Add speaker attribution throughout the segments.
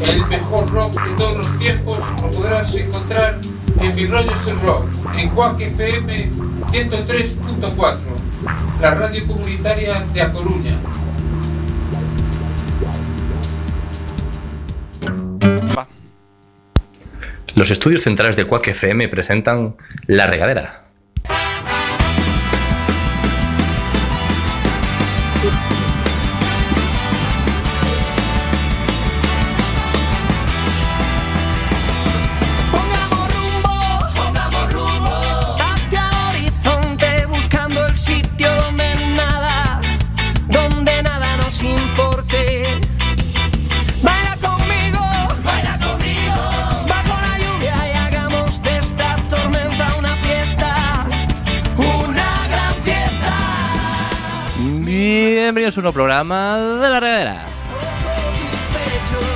Speaker 1: el mejor rock de todos los tiempos lo podrás encontrar en Big Rogers el Rock, en Quack FM 103.4, la radio comunitaria de A Coruña.
Speaker 2: Los estudios centrales de Quack FM presentan La Regadera.
Speaker 3: Pongamos rumbo, pongamos rumbo hacia el horizonte buscando el sitio donde nada, donde nada nos importe. Baila conmigo, baila conmigo bajo la lluvia y hagamos de esta tormenta una fiesta, una gran fiesta.
Speaker 4: Bienvenidos a un nuevo programa de La Regadera.
Speaker 3: Tus pechos,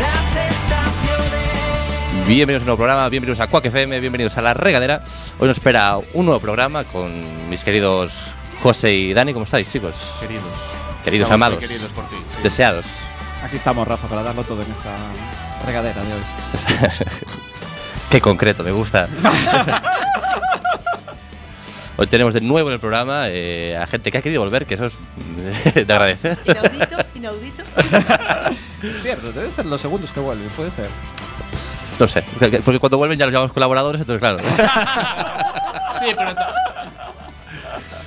Speaker 3: las estaciones.
Speaker 4: Bienvenidos a un nuevo programa, bienvenidos a Quack FM, bienvenidos a La Regadera. Hoy nos espera un nuevo programa con mis queridos José y Dani. ¿Cómo estáis, chicos?
Speaker 5: Queridos.
Speaker 4: Queridos
Speaker 5: Estamos
Speaker 4: amados.
Speaker 5: muy Queridos por ti. sí.
Speaker 4: Deseados.
Speaker 6: Aquí estamos, Rafa, para darlo todo en esta regadera de hoy.
Speaker 4: Qué concreto, me gusta. Hoy tenemos de nuevo en el programa eh, a gente que ha querido volver, que eso es de agradecer.
Speaker 7: Inaudito, inaudito.
Speaker 6: Es cierto, deben ser los segundos que vuelven, puede ser.
Speaker 4: No sé, porque cuando vuelven ya los llamamos colaboradores, entonces claro.
Speaker 5: Sí, pero ta-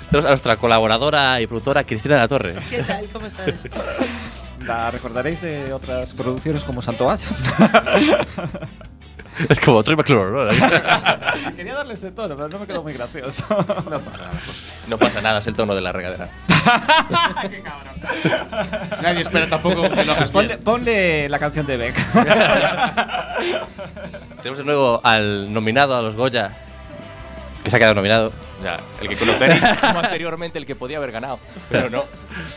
Speaker 4: Tenemos a nuestra colaboradora y productora Cristina de la Torre.
Speaker 7: ¿Qué tal? ¿Cómo estás?
Speaker 6: La recordaréis de otras producciones como Santo Hacha.
Speaker 4: Es como Troy McClure, ¿no?
Speaker 6: Quería darle ese tono, pero no me quedó muy gracioso.
Speaker 4: No pasa nada, es el tono de la regadera.
Speaker 5: nadie espera tampoco que lo hagas
Speaker 6: ponle,
Speaker 5: bien.
Speaker 6: ponle la canción de Beck.
Speaker 4: Tenemos de nuevo al nominado a los Goya, que se ha quedado nominado.
Speaker 8: Ya, el que conoceréis como anteriormente, el que podía haber ganado, pero no.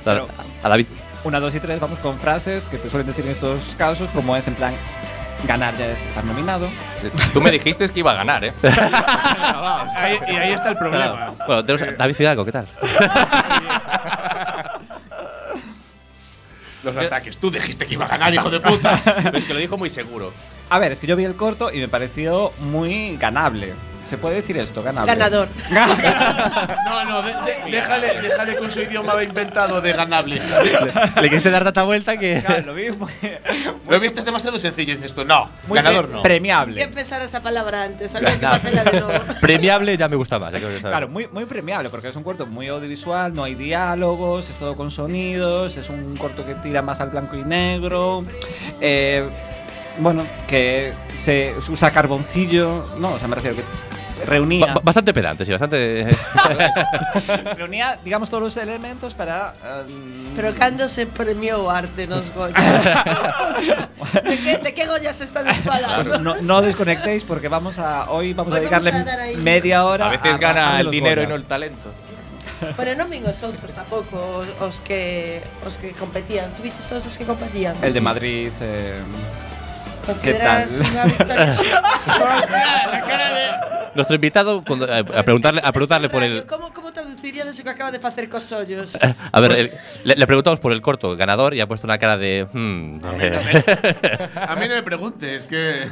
Speaker 4: A, a David.
Speaker 6: Una, dos y tres, vamos con frases que te suelen decir en estos casos, como es en plan ganar ya es estar nominado.
Speaker 8: Tú me dijiste que iba a ganar, ¿eh?
Speaker 5: Ahí- y ahí está el problema.
Speaker 4: Bueno, tenemos a David Fidalgo, ¿qué tal?
Speaker 8: Los ataques, tú dijiste que iba a ganar, hijo de puta. Pero es que lo dijo muy seguro.
Speaker 6: A ver, es que yo vi el corto y me pareció muy ganable. ¿Se puede decir esto? Ganable.
Speaker 7: Ganador.
Speaker 5: No, no, de- de- déjale, déjale con su idioma inventado de ganable.
Speaker 4: Le quisiste dar tanta vuelta que.
Speaker 6: Claro, lo vi muy-
Speaker 5: Lo viste es demasiado sencillo y dices tú, no,
Speaker 6: Muy
Speaker 5: ganador
Speaker 6: pre-
Speaker 5: no.
Speaker 7: Hay que
Speaker 6: Premiable.
Speaker 7: empezar esa palabra antes. Había que hacerla de nuevo.
Speaker 4: Premiable ya me gusta más. ya que-
Speaker 6: Claro, muy, muy premiable, porque es un corto muy audiovisual, no hay diálogos, es todo con sonidos, es un corto que tira más al blanco y negro. eh, bueno, que se usa carboncillo, no, o sea, me refiero que reunía,
Speaker 4: Ba- bastante pedante, sí, bastante. eh,
Speaker 6: reunía digamos, todos los elementos para. eh,
Speaker 7: Pero Cando se premió arte, nos Goya. ¿De qué, ¿De qué Goya se están
Speaker 6: pues
Speaker 7: espalando?
Speaker 6: no, no desconectéis porque vamos a hoy vamos a
Speaker 7: Hoy vamos
Speaker 6: dedicarle
Speaker 7: a dar ahí-
Speaker 6: media hora
Speaker 8: A veces gana
Speaker 6: rajarle
Speaker 8: el
Speaker 6: los
Speaker 8: dinero
Speaker 6: Goya.
Speaker 8: y no el talento.
Speaker 7: Bueno, non vin os outros tampouco, os- os que os que competían. Tu viches todos os que competían?
Speaker 6: el de Madrid eh,
Speaker 7: Consideras
Speaker 6: ¿qué tal?
Speaker 7: unha victoria?
Speaker 4: Nuestro invitado cuando- eh, a, a preguntarle, a preguntarle por el.
Speaker 7: Como, como traduciría eso que acaba de facer cos ollos?
Speaker 4: A ver, el- le, le preguntamos por el corto ganador y ha puesto una cara de. hmm, eh,
Speaker 5: A mí no me preguntes, que.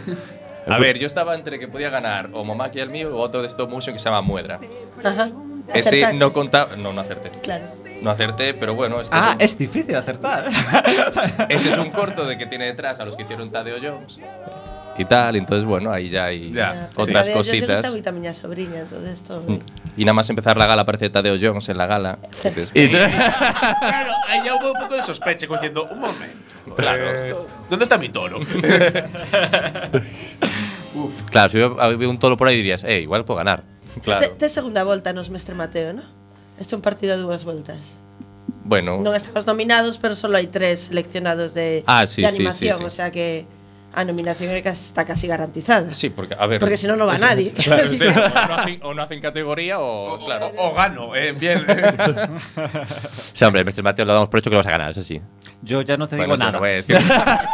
Speaker 8: A ver, yo estaba entre que podía ganar o Momaki el mío o otro de stop motion que se llama Muedra.
Speaker 7: Ajá.
Speaker 8: Ese
Speaker 7: Acertaches.
Speaker 8: no contaba. No, no acerté.
Speaker 7: Claro.
Speaker 8: No acerté, pero bueno, este,
Speaker 6: ah
Speaker 8: es
Speaker 6: es difícil acertar
Speaker 8: un, este es un corto de que tiene detrás a los que hicieron Tadeo Jones y tal. Entonces, bueno, ahí ya hay
Speaker 5: Ya,
Speaker 8: otras
Speaker 7: Tadeo, Yo se
Speaker 8: cositas.
Speaker 7: gusta moito a miña sobrinha, entonces todo.
Speaker 8: Y nada más empezar la gala aparece Tadeo Jones en la gala. Entonces,
Speaker 4: y te-
Speaker 5: Claro, ahí ya hubo un poco de sospecha, como diciendo, un momento.
Speaker 8: claro, esto-
Speaker 5: ¿Dónde está mi toro?
Speaker 4: claro, si hubiera habido un toro por ahí dirías, eh, igual puedo ganar.
Speaker 7: Te,
Speaker 8: claro.
Speaker 7: te segunda volta nos mestre Mateo, ¿no? Isto é un partido a dúas voltas.
Speaker 8: Bueno,
Speaker 7: Non estamos nominados, pero solo hai tres seleccionados de,
Speaker 8: Ah, sí,
Speaker 7: de
Speaker 8: sí, sí,
Speaker 7: animación,
Speaker 8: sí.
Speaker 7: o sea que a nominación é casi- está casi garantizada.
Speaker 8: sí, porque a ver.
Speaker 7: Porque si no, no va nadie.
Speaker 8: Claro, sí, o, no hacen, o no hacen categoría o,
Speaker 5: O,
Speaker 8: claro.
Speaker 5: o- o gano, eh, bien.
Speaker 4: Sí, hombre, Mr. Mateo lo damos por hecho que lo vas a ganar, eso sí.
Speaker 6: yo ya no te digo
Speaker 8: Bueno, yo
Speaker 6: nada
Speaker 8: no voy a decir nada.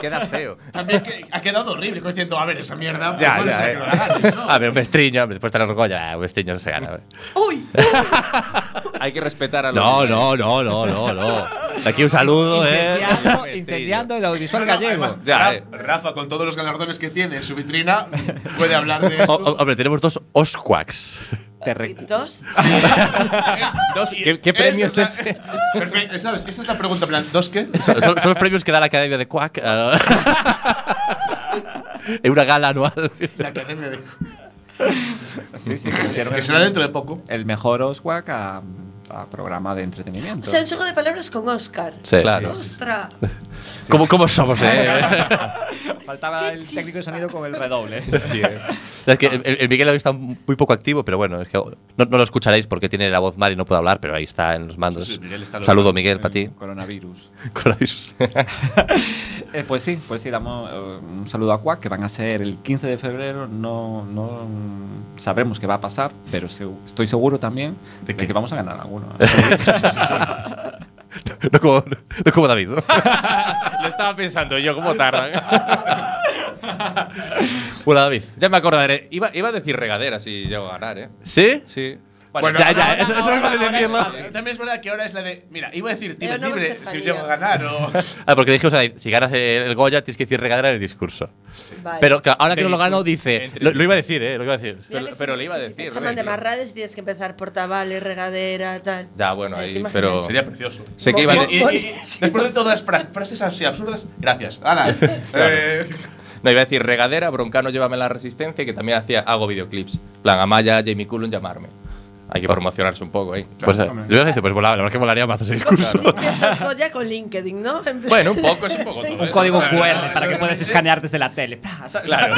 Speaker 8: Queda feo.
Speaker 5: También que ha quedado horrible, como diciendo, a ver, esa mierda. pues,
Speaker 4: Ya,
Speaker 5: bueno,
Speaker 4: ya,
Speaker 5: será
Speaker 4: eh.
Speaker 5: que no la ganes, ¿no?
Speaker 4: A ver, un mestriño, hombre, después de la Goya, un mestriño no se gana. a ver.
Speaker 7: ¡Uy!
Speaker 8: Hay que respetar a los.
Speaker 4: No, no, no, no, no, no. De Aquí un saludo, eh.
Speaker 6: Incendiando,
Speaker 8: Castillo.
Speaker 6: incendiando el audiovisual
Speaker 5: Este, No, no,
Speaker 6: gallego.
Speaker 5: además,
Speaker 8: Ya,
Speaker 5: Raf-
Speaker 8: eh.
Speaker 5: Rafa, con todos los galardones que tiene en su vitrina, puede hablar de
Speaker 4: O-
Speaker 5: eso.
Speaker 4: o- hombre, tenemos dos Osquaks.
Speaker 6: Te recu-
Speaker 7: Dos.
Speaker 8: Dos- ¿Qué, qué premio es
Speaker 5: Esa
Speaker 8: ese?
Speaker 5: la- Perfecto, ¿sabes? Esa es la pregunta, en plan, ¿dos qué?
Speaker 4: Son, son- son los premios que da la Academia de Quack. eh, en una gala anual.
Speaker 5: La academia de.
Speaker 6: Sí, sí,
Speaker 5: Que
Speaker 6: que
Speaker 5: será dentro de poco.
Speaker 6: el mejor Oswald a, a programa de entretenimiento.
Speaker 7: O sea, un juego de palabras con Oscar.
Speaker 2: Sí,
Speaker 4: Claro.
Speaker 7: ¡Ostras!
Speaker 4: ¿Cómo, cómo somos, eh?
Speaker 6: Faltaba
Speaker 7: Qué
Speaker 6: el
Speaker 7: chispa.
Speaker 6: técnico de sonido con el redoble.
Speaker 4: Sí, eh. Es que el, el Miguel hoy está muy poco activo, pero bueno, es que no, no lo escucharéis porque tiene la voz mal y no puede hablar, pero ahí está en los mandos.
Speaker 5: Sí, sí, Miguel está
Speaker 4: Un Saludo, Miguel, para ti.
Speaker 6: Coronavirus.
Speaker 4: Coronavirus.
Speaker 6: Eh, pues sí, pues sí, damos eh, un saludo a Quack, que van a ser el 15 de febrero. No, no mm, sabremos qué va a pasar, pero se- estoy seguro también de que, vamos a ganar alguno.
Speaker 4: No como, no como David, ¿no?
Speaker 8: Lo estaba pensando yo, ¿cómo tardan?
Speaker 4: Hola, David.
Speaker 8: ya me acordaré. Iba, iba a decir regadera si llego a ganar, ¿eh?
Speaker 4: ¿Sí?
Speaker 8: Sí.
Speaker 4: Bueno, ya, ya, eso, eso no es fácil decirlo.
Speaker 5: También es verdad que ahora es la de. Mira, iba a decir tiro
Speaker 7: Pero no
Speaker 5: libre si
Speaker 7: Estefanía.
Speaker 5: llego a ganar o.
Speaker 4: Ah, porque dijimos, ahí, si ganas el Goya, tienes que decir regadera en el discurso.
Speaker 7: Vale.
Speaker 4: Pero claro, ahora que no lo
Speaker 8: Entre
Speaker 4: gano,
Speaker 8: discurso.
Speaker 4: dice.
Speaker 8: Entre
Speaker 4: Lo, lo iba a decir, ¿eh? Lo iba a decir.
Speaker 7: Mira
Speaker 8: pero-
Speaker 7: que
Speaker 8: pero
Speaker 7: si-
Speaker 8: le iba a
Speaker 7: que si
Speaker 8: decir,
Speaker 7: Te llaman de
Speaker 8: Rey.
Speaker 7: marrades y tienes que empezar portavales, regadera, tal.
Speaker 8: Ya, bueno,
Speaker 7: Eh, ¿te
Speaker 8: ahí,
Speaker 7: imaginas?
Speaker 8: pero-
Speaker 5: Sería precioso.
Speaker 8: Sé que
Speaker 5: Y-
Speaker 8: iba a
Speaker 5: y- y- después de todas las fras- frases así absurdas, gracias. ¡Hala! Eh,
Speaker 8: No, iba a decir regadera, broncano, llévame a la resistencia, que también hacía, hago videoclips. Plan, Amaya, Jamie Cullum, llamarme. Hay que promocionarse un poco, ¿eh?
Speaker 4: Pues, eh, lo iba a decir, pues volaba, la verdad es que volaría más ese discurso.
Speaker 7: Ya sos Goya con LinkedIn, ¿no? En plan-
Speaker 8: Bueno, un poco, es un poco todo
Speaker 6: un
Speaker 8: eso.
Speaker 6: código
Speaker 5: Claro,
Speaker 6: QR
Speaker 5: no,
Speaker 6: para que
Speaker 5: eso
Speaker 6: puedas
Speaker 5: es-
Speaker 6: escanear desde la tele.
Speaker 5: Claro.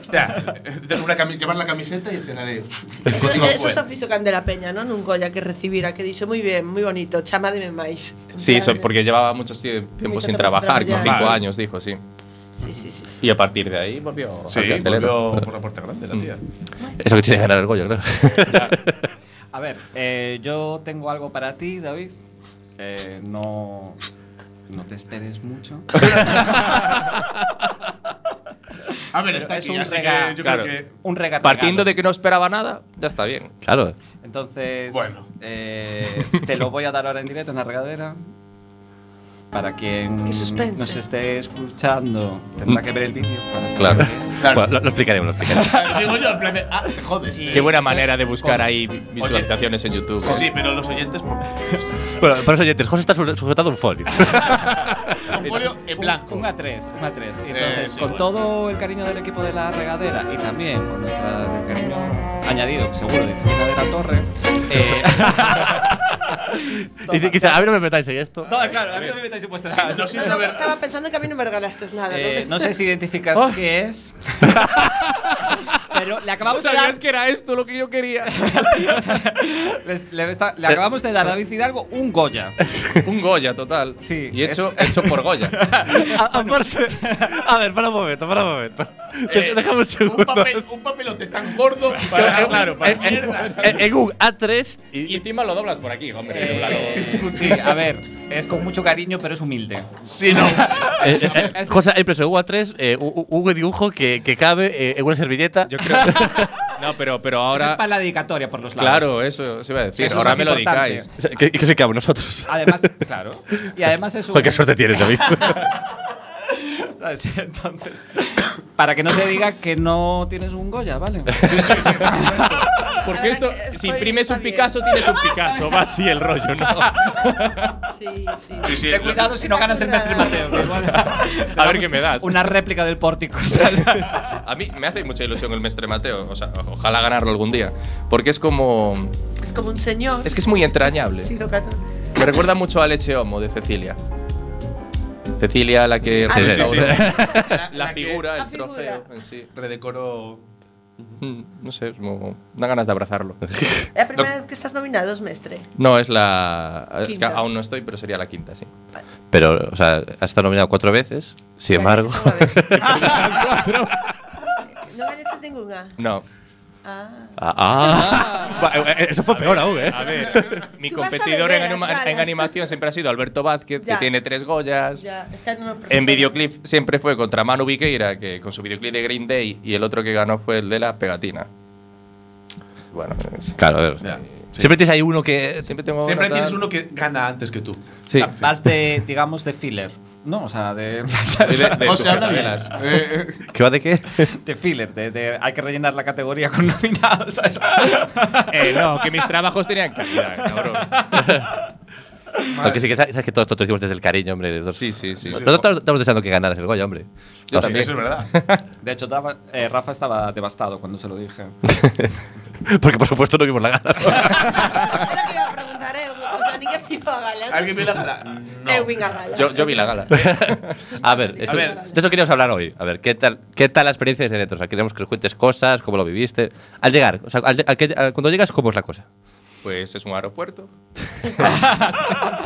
Speaker 5: Hostia, de una cami- llevar la camiseta y hacer la de.
Speaker 7: Eso, eso es oficio Candela Peña, ¿no? Un Goya que recibirá, que dice muy bien, muy bonito, chamademe máis. En
Speaker 8: Sí,
Speaker 7: plan,
Speaker 8: eso, porque llevaba mucho tie- tiempo
Speaker 7: Mucho
Speaker 8: sin
Speaker 7: tiempo sin
Speaker 8: trabajar, con
Speaker 7: trabajar.
Speaker 8: cinco
Speaker 5: Vale.
Speaker 8: años, dijo, sí.
Speaker 7: Sí, sí, sí. sí.
Speaker 8: Y a partir de ahí volvió a
Speaker 5: Sí,
Speaker 8: cartelera.
Speaker 5: volvió por la puerta grande la tía.
Speaker 4: Eso que tiene que ganar el Goya, claro.
Speaker 6: A ver, eh, yo tengo algo para ti, David. Eh, no, no te esperes mucho.
Speaker 5: A ver, está
Speaker 6: Es
Speaker 5: aquí,
Speaker 6: un
Speaker 5: así que
Speaker 6: regalo,
Speaker 5: yo
Speaker 8: claro.
Speaker 5: creo que.
Speaker 6: Un regalo.
Speaker 8: Partiendo de que no esperaba nada, ya está bien.
Speaker 4: Claro.
Speaker 6: Entonces,
Speaker 5: Bueno.
Speaker 6: eh, te lo voy a dar ahora en directo en la regadera. Para quien
Speaker 7: Qué suspense.
Speaker 6: nos esté escuchando, tendrá que ver el vídeo para saber
Speaker 4: Claro.
Speaker 6: qué es.
Speaker 5: Claro.
Speaker 4: Bueno, lo, lo explicaremos, lo explicaremos.
Speaker 5: Digo yo, en plan de. Ah, te jodes. eh.
Speaker 8: Qué buena
Speaker 5: Estás
Speaker 8: manera de buscar
Speaker 5: con-
Speaker 8: ahí visualizaciones en YouTube.
Speaker 5: Sí,
Speaker 8: ¿eh?
Speaker 5: sí, pero los oyentes. Por...
Speaker 4: Bueno, para los oyentes, José está su- sujetado a un folio.
Speaker 5: Con folio en blanco.
Speaker 6: Un A3, un A3. Y
Speaker 5: Eh,
Speaker 6: Entonces,
Speaker 5: sí,
Speaker 6: con
Speaker 5: bueno.
Speaker 6: todo el cariño del equipo de la regadera y también con nuestra, el cariño añadido, seguro, de Cristina de la Torre. eh,
Speaker 4: Y dice, quizá, a mí no me metáis en esto.
Speaker 6: No, claro, a mí no me metáis en vuestras
Speaker 8: Ah,
Speaker 5: No,
Speaker 6: cosas.
Speaker 5: sin
Speaker 7: No, no,
Speaker 5: saber.
Speaker 7: estaba pensando que a mí no me regalaste nada.
Speaker 6: Eh,
Speaker 7: ¿no?
Speaker 6: no sé si identificas qué es. Oh. Pero le acabamos de dar.
Speaker 8: ¿Sabías que era esto lo que yo quería?
Speaker 6: les- Le, está- le acabamos de dar a David Hidalgo un Goya.
Speaker 8: Un Goya total.
Speaker 6: Sí,
Speaker 8: Y hecho,
Speaker 6: es-
Speaker 8: hecho por Goya.
Speaker 4: A- aparte, a ver, para un momento, para un momento.
Speaker 8: Eh,
Speaker 4: Déjame un
Speaker 5: Un,
Speaker 4: segundo.
Speaker 5: papel, un papelote tan gordo
Speaker 8: Para-
Speaker 5: para,
Speaker 8: claro, para-
Speaker 5: para mierdas.
Speaker 4: En, en un A3
Speaker 8: Y
Speaker 4: y.
Speaker 8: encima lo doblas por aquí, hombre.
Speaker 6: Sí, a ver, Eh, es con mucho cariño, pero es humilde.
Speaker 5: Sí, no.
Speaker 4: Eh, eh, eh, José ha impreso en un A3 eh, un, un- un dibujo que, que cabe eh, en una servilleta.
Speaker 8: Yo creo. No, pero, pero
Speaker 6: Eso es
Speaker 8: ahora.
Speaker 6: para la dedicatoria por los lados.
Speaker 8: Claro, eso se iba a decir.
Speaker 6: Eso es
Speaker 8: ahora
Speaker 6: más
Speaker 8: me lo
Speaker 6: importante.
Speaker 8: dedicáis.
Speaker 4: O sea, que, que se quedamos nosotros.
Speaker 6: Además, claro. Y además es un.
Speaker 4: Joder, qué suerte tienes, David.
Speaker 6: ¿sabes? Entonces, para que no se diga que no tienes un Goya, ¿vale?
Speaker 7: Porque esto, si imprimes un Picasso, tienes un
Speaker 8: Picasso, va así el rollo, ¿no?
Speaker 7: Sí, sí.
Speaker 5: Sí, sí,
Speaker 6: Ten cuidado si no ganas el mestre Mateo. que igual-
Speaker 8: A ver qué me das.
Speaker 6: Una réplica del pórtico. ¿sabes?
Speaker 8: A mí me hace mucha ilusión el Mestre Mateo. O sea, ojalá ganarlo algún día. Porque es como.
Speaker 7: Es como un señor.
Speaker 8: Es que es muy entrañable.
Speaker 7: siglo XIV.
Speaker 8: Me recuerda mucho a Leche Homo de Cecilia. Cecilia, la
Speaker 6: Ah,
Speaker 8: que.
Speaker 7: sí,
Speaker 8: representa
Speaker 5: sí, sí,
Speaker 8: una-
Speaker 5: La,
Speaker 8: La figura,
Speaker 7: La
Speaker 8: el
Speaker 7: figura.
Speaker 8: trofeo en sí.
Speaker 5: que redecoró.
Speaker 8: Mm, No sé, es como- da ganas de abrazarlo.
Speaker 7: Es la primera vez que estás nominado, es mestre.
Speaker 8: No, es la. Es que
Speaker 7: Quinta.
Speaker 8: aún no estoy, pero sería la quinta, sí.
Speaker 4: Pero, o sea, has estado nominado cuatro veces. Sin embargo.
Speaker 7: Bueno, es que segunda vez. no me eches ninguna.
Speaker 8: No.
Speaker 7: Ah.
Speaker 4: Ah, ah. Va, eh, Eso fue peor aún, ¿eh?
Speaker 8: A ver, mi
Speaker 7: Tú vas a
Speaker 8: competidor
Speaker 7: beber
Speaker 8: en, anima-
Speaker 7: las galas.
Speaker 8: en animación siempre ha sido Alberto Vázquez,
Speaker 7: Ya.
Speaker 8: que tiene tres Goyas.
Speaker 7: Ya, está en, una
Speaker 8: En videoclip siempre fue contra Manu Viqueira, que con su videoclip de Green Day, y el otro que ganó fue el de la pegatina. Bueno, es-
Speaker 4: Claro, a ver.
Speaker 5: Ya.
Speaker 4: Siempre tienes ahí uno que.
Speaker 8: Siempre tengo
Speaker 5: Siempre
Speaker 8: una
Speaker 5: tienes
Speaker 8: tal.
Speaker 5: uno que gana antes que tú.
Speaker 4: Sí.
Speaker 6: O sea, vas de, digamos, de filler. No, o sea, de.
Speaker 8: De- de- de
Speaker 5: O sea, habla bien.
Speaker 8: sujetavelas.
Speaker 4: ¿Qué va de qué?
Speaker 6: de filler. De, de- hay que rellenar la categoría con nominados. ¿sabes?
Speaker 9: Eh, no, que mis trabajos tenían calidad, cabrón.
Speaker 4: Aunque sí que sabes, sabes que todos nosotros hicimos desde el cariño, hombre.
Speaker 8: Sí, sí, sí.
Speaker 4: Nosotros estamos- estamos deseando que ganaras el Goya, hombre.
Speaker 8: Yo
Speaker 4: Todos.
Speaker 8: también.
Speaker 5: Eso es verdad.
Speaker 6: De hecho, daba- eh, Rafa estaba devastado cuando se lo dije.
Speaker 4: Porque por supuesto no vimos la gana.
Speaker 7: Era que iba a preguntar, eh, o sea, ni que pido a gala.
Speaker 5: ¿Alguien vio la gala? No.
Speaker 7: Eh, venga, gala.
Speaker 8: Yo, yo vi la gala.
Speaker 4: A ver, eso-
Speaker 5: A ver.
Speaker 4: de eso queríamos hablar hoy. A ver, ¿qué tal, qué tal la experiencia desde dentro? O sea, queremos que nos cuentes cosas, cómo lo viviste. Al llegar, o sea, al- al que- al- cuando llegas, ¿cómo es la cosa?
Speaker 8: Pues es un aeropuerto.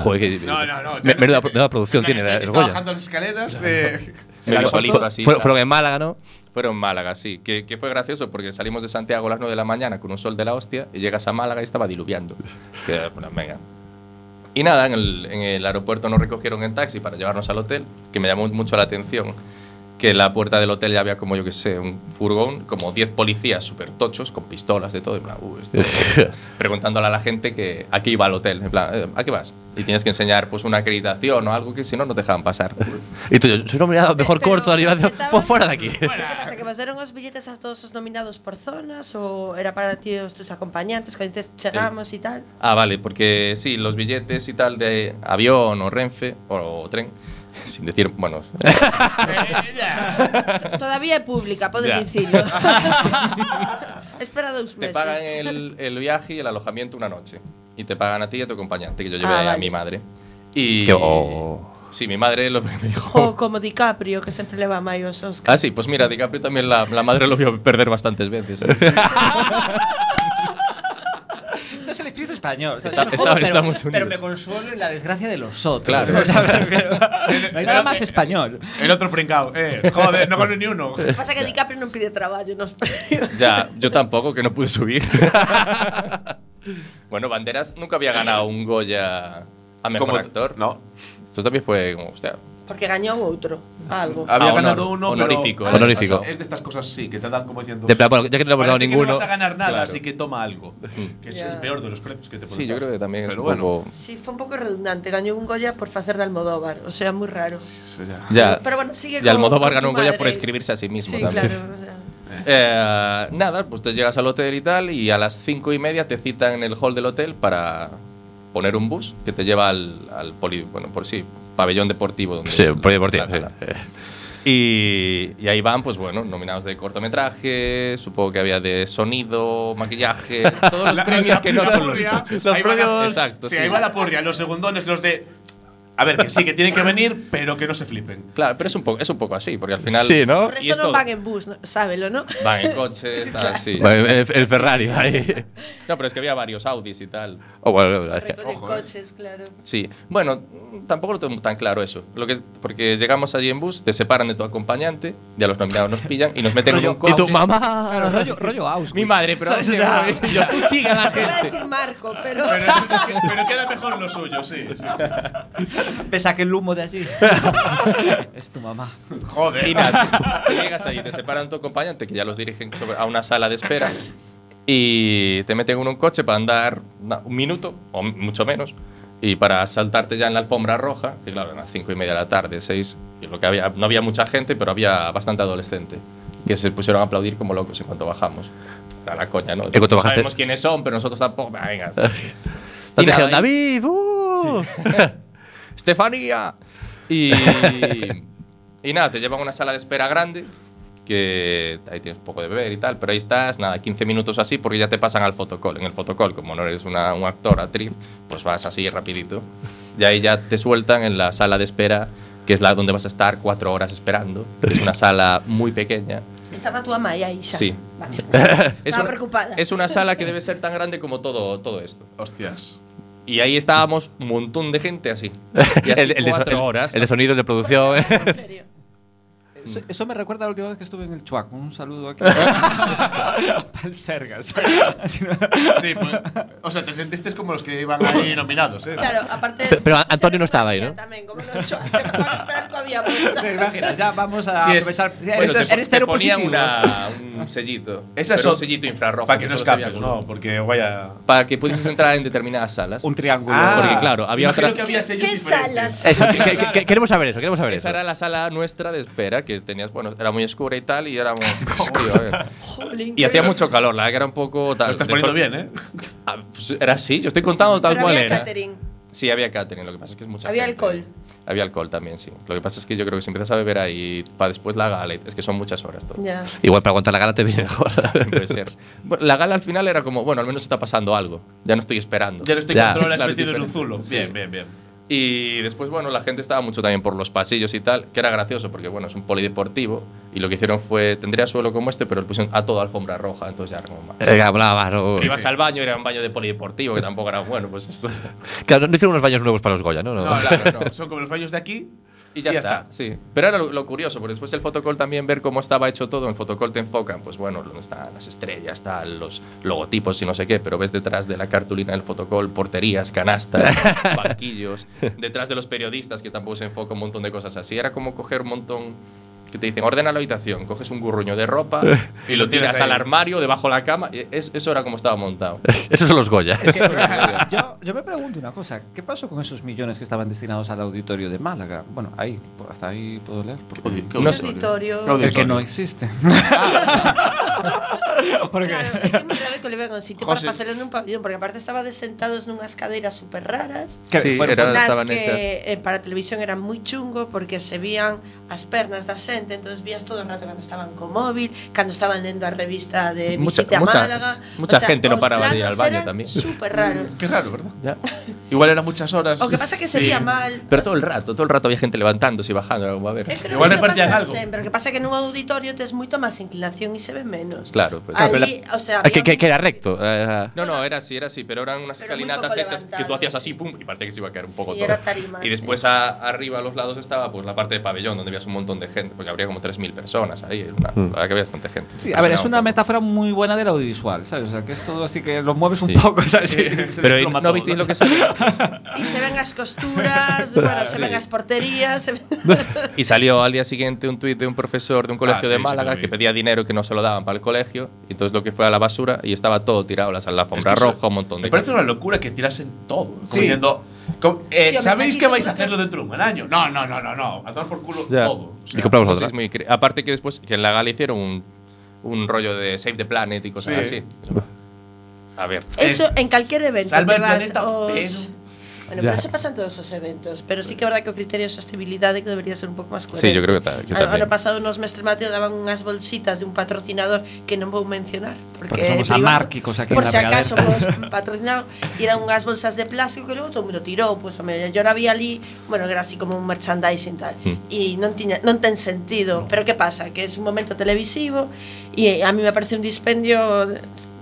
Speaker 4: Joder, que-
Speaker 5: No, no, no,
Speaker 4: me-
Speaker 5: ya no
Speaker 4: menuda,
Speaker 5: estoy-
Speaker 4: menuda producción
Speaker 5: No,
Speaker 4: tiene
Speaker 5: estoy-
Speaker 4: el
Speaker 5: estoy
Speaker 4: Goya.
Speaker 5: este, bajando las escaleras. eh,
Speaker 8: Me
Speaker 6: aeropuerto
Speaker 8: visualizo así.
Speaker 4: Fue-
Speaker 8: tal.
Speaker 4: fueron en Málaga, ¿no?
Speaker 8: Fueron en Málaga, sí. Que, que fue gracioso porque salimos de Santiago a las 9 de la mañana con un sol de la hostia y llegas a Málaga y estaba diluviando. Que, bueno, venga. Y nada, en el, en el aeropuerto nos recogieron en taxi para llevarnos al hotel, que me llamó mucho la atención que en la puerta del hotel ya había como, yo que sé, un furgón, como 10 policías súper tochos con pistolas de todo. En plan, "Uh, esto". preguntándole a la gente que a qué iba al hotel. En plan, "Eh, ¿a qué vas? Y tienes que enseñar pues una acreditación o algo que si no, no te dejaban pasar.
Speaker 4: Y tú, yo soy nominado a mejor
Speaker 7: Pero
Speaker 4: corto de animación.
Speaker 7: intentaban-
Speaker 4: Fue fuera de aquí.
Speaker 7: ¿Qué pasa? ¿Que vos deron os billetes a todos os nominados por zonas? ¿O era para ti os tus acompañantes? Que dices, chegamos e tal?
Speaker 8: Ah, vale, porque sí, los billetes y tal de avión o Renfe o, tren, sin decir, bueno,
Speaker 5: eh,
Speaker 7: Todavía é pública, podes
Speaker 8: Ya.
Speaker 7: dicilo. Espera dous
Speaker 8: te
Speaker 7: meses.
Speaker 8: pagan el, el viaje y el alojamiento una noche. Y te pagan a ti y a tu acompañante, que yo
Speaker 7: Ah,
Speaker 8: llevé a
Speaker 7: vale.
Speaker 8: mi madre. Y.
Speaker 4: Qué- oh.
Speaker 8: Sí, mi madre lo me
Speaker 7: O
Speaker 8: dijo.
Speaker 7: como DiCaprio, que siempre leva mai os Oscar.
Speaker 8: Ah, sí, pues mira, DiCaprio también la, la madre lo vio perder bastantes veces. Está-
Speaker 6: Esto es el espíritu español. o sea,
Speaker 8: está-
Speaker 6: te lo jodo, pero,
Speaker 8: estamos
Speaker 6: pero me
Speaker 8: unidos.
Speaker 6: consuelo en la desgracia de los otros.
Speaker 8: Claro.
Speaker 6: O sea, no hay nada más español.
Speaker 5: El otro pringao. Eh, joder, no gano ni uno.
Speaker 7: Lo que pasa é que DiCaprio non pide traballo nos premios.
Speaker 8: Ya, yo tampoco, que no pude subir. bueno, Banderas nunca había ganado un Goya a mejor
Speaker 5: Como-
Speaker 8: actor.
Speaker 5: No.
Speaker 8: Esto también fue como, hostia.
Speaker 7: Porque gañou outro, algo.
Speaker 8: Ah, honor-
Speaker 5: Había ganado uno, pero-
Speaker 8: honorífico,
Speaker 5: Ah,
Speaker 4: honorífico.
Speaker 5: Es de estas cosas sí, que te dan como diciendo.
Speaker 4: De plan, bueno, ya que no hemos dado
Speaker 5: parece que
Speaker 4: ninguno.
Speaker 5: no vas a ganar nada,
Speaker 8: Claro.
Speaker 5: así que toma algo. Que es el
Speaker 7: Ya.
Speaker 5: peor de los premios que te pueden
Speaker 8: Sí, yo
Speaker 5: dar.
Speaker 8: creo que también es
Speaker 5: Pero
Speaker 8: un
Speaker 5: bueno.
Speaker 8: poco.
Speaker 7: Sí, fue un pouco redundante. Gañou un Goya por facer de Almodóvar. O sea, moi raro.
Speaker 8: Ya.
Speaker 7: Pero bueno, sigue
Speaker 8: Y Almodóvar
Speaker 7: con- con
Speaker 8: ganó
Speaker 7: tu
Speaker 8: un Goya
Speaker 7: madre.
Speaker 8: por escribirse a sí mismo
Speaker 7: Sí,
Speaker 8: también.
Speaker 7: claro. o sea.
Speaker 8: Eh, nada, pues te llegas al hotel y tal, y a las cinco y media te citan en el hall del hotel para poner un bus que te lleva al, al poli- bueno, por sí, pabellón deportivo. Donde
Speaker 4: Sí,
Speaker 8: es
Speaker 4: por deportivo.
Speaker 8: la gala. Y, y ahí van, pues bueno, nominados de cortometraje, supongo que había de sonido, maquillaje, todos los
Speaker 5: La-
Speaker 8: premios
Speaker 5: la-
Speaker 8: que no
Speaker 5: la
Speaker 8: son los
Speaker 5: purria,
Speaker 8: coches.
Speaker 5: ahí va la-
Speaker 8: Exacto,
Speaker 5: Sí,
Speaker 8: sí.
Speaker 5: ahí va la purria, los segundones, los de. A ver, que sí, que tienen que venir, pero que no se flipen.
Speaker 8: Claro, pero es un, poco, es un poco así, porque al final
Speaker 4: Sí, ¿no?
Speaker 7: Por
Speaker 8: Y
Speaker 7: eso
Speaker 8: esto-
Speaker 7: non van en bus, no? sábelo, ¿no?
Speaker 8: van en coche, tal, así.
Speaker 4: El, Pues, el Ferrari ahí.
Speaker 8: No, pero es que había varios Audis y tal.
Speaker 4: Oh, bueno, es que-
Speaker 7: Recogen
Speaker 8: eh.
Speaker 7: coches, claro.
Speaker 8: Sí, bueno, mm, tampoco lo tengo tan claro eso. Lo que, porque llegamos allí en bus, te separan de tu acompañante, ya los nominados nos pillan y nos meten en un coche.
Speaker 4: Y tu mamá.
Speaker 6: Claro, rollo, rollo Auschwitz.
Speaker 8: Mi madre, pero
Speaker 6: ¿Sabes? O sea,
Speaker 8: ¿dónde voy? Yo, tú sigue a la
Speaker 7: Iba a
Speaker 8: gente.
Speaker 7: decir Marco, pero...
Speaker 5: Pero, pero queda mejor lo suyo, sí. sí.
Speaker 6: Pese a que el humo de allí. es tu mamá.
Speaker 5: Joder.
Speaker 8: Y nada, tú llegas ahí, te separan tu acompañante, que ya los dirigen sobre- a una sala de espera, y te meten en un coche para andar na- un minuto, o m- mucho menos, y para saltarte ya en la alfombra roja, que claro, eran las cinco y media de la tarde, seis, y lo que había, no había mucha gente, pero había bastante adolescente, que se pusieron a aplaudir como locos en cuanto bajamos. A la coña, ¿no?
Speaker 4: cuanto
Speaker 8: No
Speaker 4: bajaste-
Speaker 8: sabemos quiénes son, pero nosotros tampoco. Venga.
Speaker 4: No
Speaker 8: Y
Speaker 4: te dijeron,
Speaker 8: nada, ahí-
Speaker 4: David. ¡uh!
Speaker 8: Estefanía. Y, y nada, te llevan a una sala de espera grande, que ahí tienes un poco de beber y tal, pero ahí estás, nada, 15 minutos así, porque ya te pasan al fotocall. En el fotocall, como no eres una, un actor, actriz, pues vas así rapidito. Y ahí ya te sueltan en la sala de espera, que es la donde vas a estar cuatro horas esperando. Es una sala muy pequeña.
Speaker 7: Estaba tu ama aí, xa.
Speaker 8: Sí.
Speaker 7: Vale. pues,
Speaker 8: Es
Speaker 7: Estaba
Speaker 8: una-
Speaker 7: preocupada.
Speaker 8: Es una sala que debe ser tan grande como todo, todo esto.
Speaker 5: Hostias.
Speaker 8: Y ahí estábamos un montón de gente así. Y así
Speaker 4: El, el de so-
Speaker 8: cuatro
Speaker 4: el-
Speaker 8: horas.
Speaker 4: el de sonido, el de producción.
Speaker 7: En serio.
Speaker 6: Eso, eso me recuerda a la última vez que estuve en el Chuac. Un saludo aquí. Pal Sergas. Así no-
Speaker 5: Sí, pues, o sea, te sentiste como los que iban ahí nominados, ¿eh?
Speaker 7: Claro, aparte.
Speaker 4: Pe- pero Antonio no estaba ahí, ¿no?
Speaker 7: También, como no, yo, se me fue a esperar todavía. pues.
Speaker 6: Te imaginas, ya vamos a
Speaker 5: Sí, es-
Speaker 6: empezar. Ya eres
Speaker 8: Bueno, te-
Speaker 6: eres
Speaker 8: te
Speaker 6: cero
Speaker 8: ponían
Speaker 6: positivo.
Speaker 8: una- un sellito.
Speaker 5: Esa es
Speaker 8: pero un
Speaker 5: ot-
Speaker 8: sellito infrarrojo.
Speaker 5: Para que no
Speaker 8: solo sabía
Speaker 5: escapes,
Speaker 8: alguno.
Speaker 5: ¿no? Porque vaya.
Speaker 8: Para que pudieses entrar en determinadas salas.
Speaker 6: Un triángulo.
Speaker 4: porque claro, había
Speaker 5: Ah, imagino
Speaker 4: otra-
Speaker 5: que había sellos
Speaker 7: ¿Qué
Speaker 5: diferentes.
Speaker 7: salas?
Speaker 4: Eso, que- que- que- queremos saber eso, queremos saber eso.
Speaker 8: Esa era la sala nuestra de espera, que tenías, bueno, era muy oscura y tal, y éramos. Tío, a ver.
Speaker 7: Jolín,
Speaker 8: y hacía
Speaker 7: pero-
Speaker 8: mucho calor, la verdad que era un poco tal.
Speaker 5: Lo estás
Speaker 8: De hecho,
Speaker 5: poniendo bien, ¿eh?
Speaker 8: ah, pues, era así, yo estoy contando tal
Speaker 7: pero
Speaker 8: cual
Speaker 7: había
Speaker 8: era.
Speaker 7: catering.
Speaker 8: Sí, había catering, lo que pasa es que es mucha
Speaker 7: Había
Speaker 8: gente.
Speaker 7: alcohol.
Speaker 8: Había alcohol también, sí. Lo que pasa es que yo creo que si empiezas a beber ahí, para después la gala, es que son muchas horas todo.
Speaker 7: Ya.
Speaker 4: Igual para aguantar la gala te viene mejor.
Speaker 8: Puede ser. Bueno, la gala al final era como, bueno, al menos está pasando algo, ya no estoy esperando.
Speaker 5: Ya lo estoy
Speaker 4: Ya.
Speaker 5: controlando, has
Speaker 8: Claro,
Speaker 5: metido en un
Speaker 8: diferente.
Speaker 5: zulo.
Speaker 8: Sí.
Speaker 5: Bien, bien, bien.
Speaker 8: Y después, bueno, la gente estaba mucho también por los pasillos y tal, que era gracioso porque, bueno, es un polideportivo y lo que hicieron fue, tendría suelo como este, pero le pusieron a toda alfombra roja, entonces ya era como más.
Speaker 4: Eh, hablaba, no-
Speaker 8: Si ibas al baño, era un baño de polideportivo, que tampoco era bueno, pues esto.
Speaker 4: Claro, no hicieron unos baños nuevos para los Goya, ¿no? No.
Speaker 8: No, claro, no.
Speaker 5: Son como los fallos de aquí.
Speaker 8: Y ya, está. sí. Pero era lo, lo curioso, porque después el fotocall también ver cómo estaba hecho todo. En el fotocall te enfocan, pues bueno, donde están las estrellas, están los logotipos y no sé qué, pero ves detrás de la cartulina del fotocall porterías, canastas, banquillos, detrás de los periodistas, que tampoco se enfoca un montón de cosas así. Era como coger un montón que te dicen, ordena la habitación, coges un gurruño de ropa y lo tiras
Speaker 5: ahí.
Speaker 8: al armario, debajo de la cama. Y es- eso era como estaba montado.
Speaker 4: Esos son los Goya.
Speaker 6: Que- yo, yo me pregunto una cosa, ¿qué pasó con esos millones que estaban destinados al auditorio de Málaga? Bueno, ahí, por- hasta ahí puedo leer. porque-
Speaker 8: No sé.
Speaker 7: auditorio.
Speaker 6: el que no existe. porque
Speaker 7: Claro, é que é moi raro que le vean un sitio
Speaker 5: José.
Speaker 7: para facelo nun pabellón, porque aparte estaba de sentados nunhas cadeiras super raras.
Speaker 6: que
Speaker 8: Sí,
Speaker 6: fueron-
Speaker 8: era- Todas
Speaker 7: Das
Speaker 8: estaban
Speaker 7: que eh, para televisión eran moi chungo porque se vían as pernas da xente, entonces vías todo o rato cando estaban co móvil, cando estaban lendo a revista de
Speaker 8: Mucha-
Speaker 7: visita
Speaker 8: mucha-
Speaker 7: a Málaga.
Speaker 8: mucha gente no
Speaker 7: os
Speaker 8: paraba de ir al
Speaker 7: planos
Speaker 8: baño
Speaker 7: eran
Speaker 8: también.
Speaker 7: Super raros.
Speaker 5: Qué raro, ¿verdad?
Speaker 8: Ya.
Speaker 5: Igual eran muchas horas.
Speaker 7: O que pasa que se
Speaker 5: Sí.
Speaker 7: vía mal.
Speaker 8: Pero todo el rato, todo el rato había gente levantándose y bajando. era como, a ver.
Speaker 7: Eu creo
Speaker 5: Igual
Speaker 7: que iso
Speaker 5: repartían
Speaker 7: pasa
Speaker 5: algo.
Speaker 7: sempre, o que pasa é que nun auditorio tes moito máis inclinación e se ve menos.
Speaker 8: Claro, pues.
Speaker 7: Ali, o sea,
Speaker 4: Ah, que,
Speaker 7: había
Speaker 4: que- que era recto. eh,
Speaker 8: No, no, era así, era así, pero eran unas
Speaker 7: Pero muy
Speaker 8: escalinatas
Speaker 7: poco
Speaker 8: hechas que tú
Speaker 7: levantado.
Speaker 8: hacías así, pum, y parecía que se iba a caer un poco
Speaker 7: Sí,
Speaker 8: todo.
Speaker 7: era tarima,
Speaker 8: y
Speaker 7: sí.
Speaker 8: después a- arriba a los lados estaba pues la parte de pabellón donde veías un montón de gente, porque habría como 3.000 personas ahí, una, la verdad que había bastante gente.
Speaker 6: Sí, a ver, es una
Speaker 8: Impresionaba
Speaker 6: metáfora muy buena del audiovisual, ¿sabes? O sea, que es todo así que lo mueves
Speaker 8: Sí.
Speaker 6: un poco, ¿sabes?
Speaker 8: un poco. Pero ¿y no,
Speaker 5: todo,
Speaker 8: visteis
Speaker 5: ¿no?
Speaker 8: lo que salió.
Speaker 7: E se ven as costuras, bueno, se ven as porterías, se ven...
Speaker 8: y salió al día siguiente un tuit de un profesor de un colegio
Speaker 5: sí,
Speaker 8: de
Speaker 5: sí,
Speaker 8: Málaga
Speaker 5: lo vi.
Speaker 8: que pedía dinero que no se lo daban para el colegio, y entonces lo que fue a la basura y estaba todo tirado, la la alfombra
Speaker 5: eso-
Speaker 8: roja, un montón
Speaker 5: Me
Speaker 8: de
Speaker 5: parece una locura que tirasen todo. Como
Speaker 6: Sí.
Speaker 5: diciendo, como, eh,
Speaker 7: Sí, hombre,
Speaker 5: ¿sabéis
Speaker 7: aquí
Speaker 5: que vais a
Speaker 7: seguro que-
Speaker 5: hacerlo dentro de un año? No, no, no, no, no. A tomar por culo
Speaker 4: Ya.
Speaker 5: todo. O sea,
Speaker 4: Y compramos
Speaker 8: Sí,
Speaker 4: otra.
Speaker 8: es muy cre- Aparte que después que en la gala hicieron un, un rollo de Save the Planet y cosas
Speaker 5: Sí.
Speaker 8: así. A ver.
Speaker 7: Eso en calquer evento
Speaker 5: Salva
Speaker 7: que
Speaker 5: el
Speaker 7: vas
Speaker 5: planeta,
Speaker 7: aos-
Speaker 5: pero-
Speaker 7: Bueno, pero eso pasa en todos os eventos, pero sí que é verdade que o criterio de sostenibilidade que debería ser un pouco máis coherente.
Speaker 8: Sí, yo creo que, ta- que
Speaker 7: Ano, ano
Speaker 8: también.
Speaker 7: pasado nos mestres Mateo daban unhas bolsitas de un patrocinador que non vou mencionar
Speaker 6: Porque
Speaker 7: porque,
Speaker 6: somos
Speaker 7: é privado.
Speaker 6: anárquicos aquí
Speaker 7: por
Speaker 6: na
Speaker 7: si acaso
Speaker 6: regadera.
Speaker 7: vos pues, patrocinado e eran unhas bolsas de plástico que logo todo o mundo tirou pois pues, yo había ali bueno que era así como un merchandising tal
Speaker 4: Hmm.
Speaker 8: Mm.
Speaker 7: e non tiña non ten sentido pero que pasa que é un momento televisivo e eh, a mí me parece un dispendio de,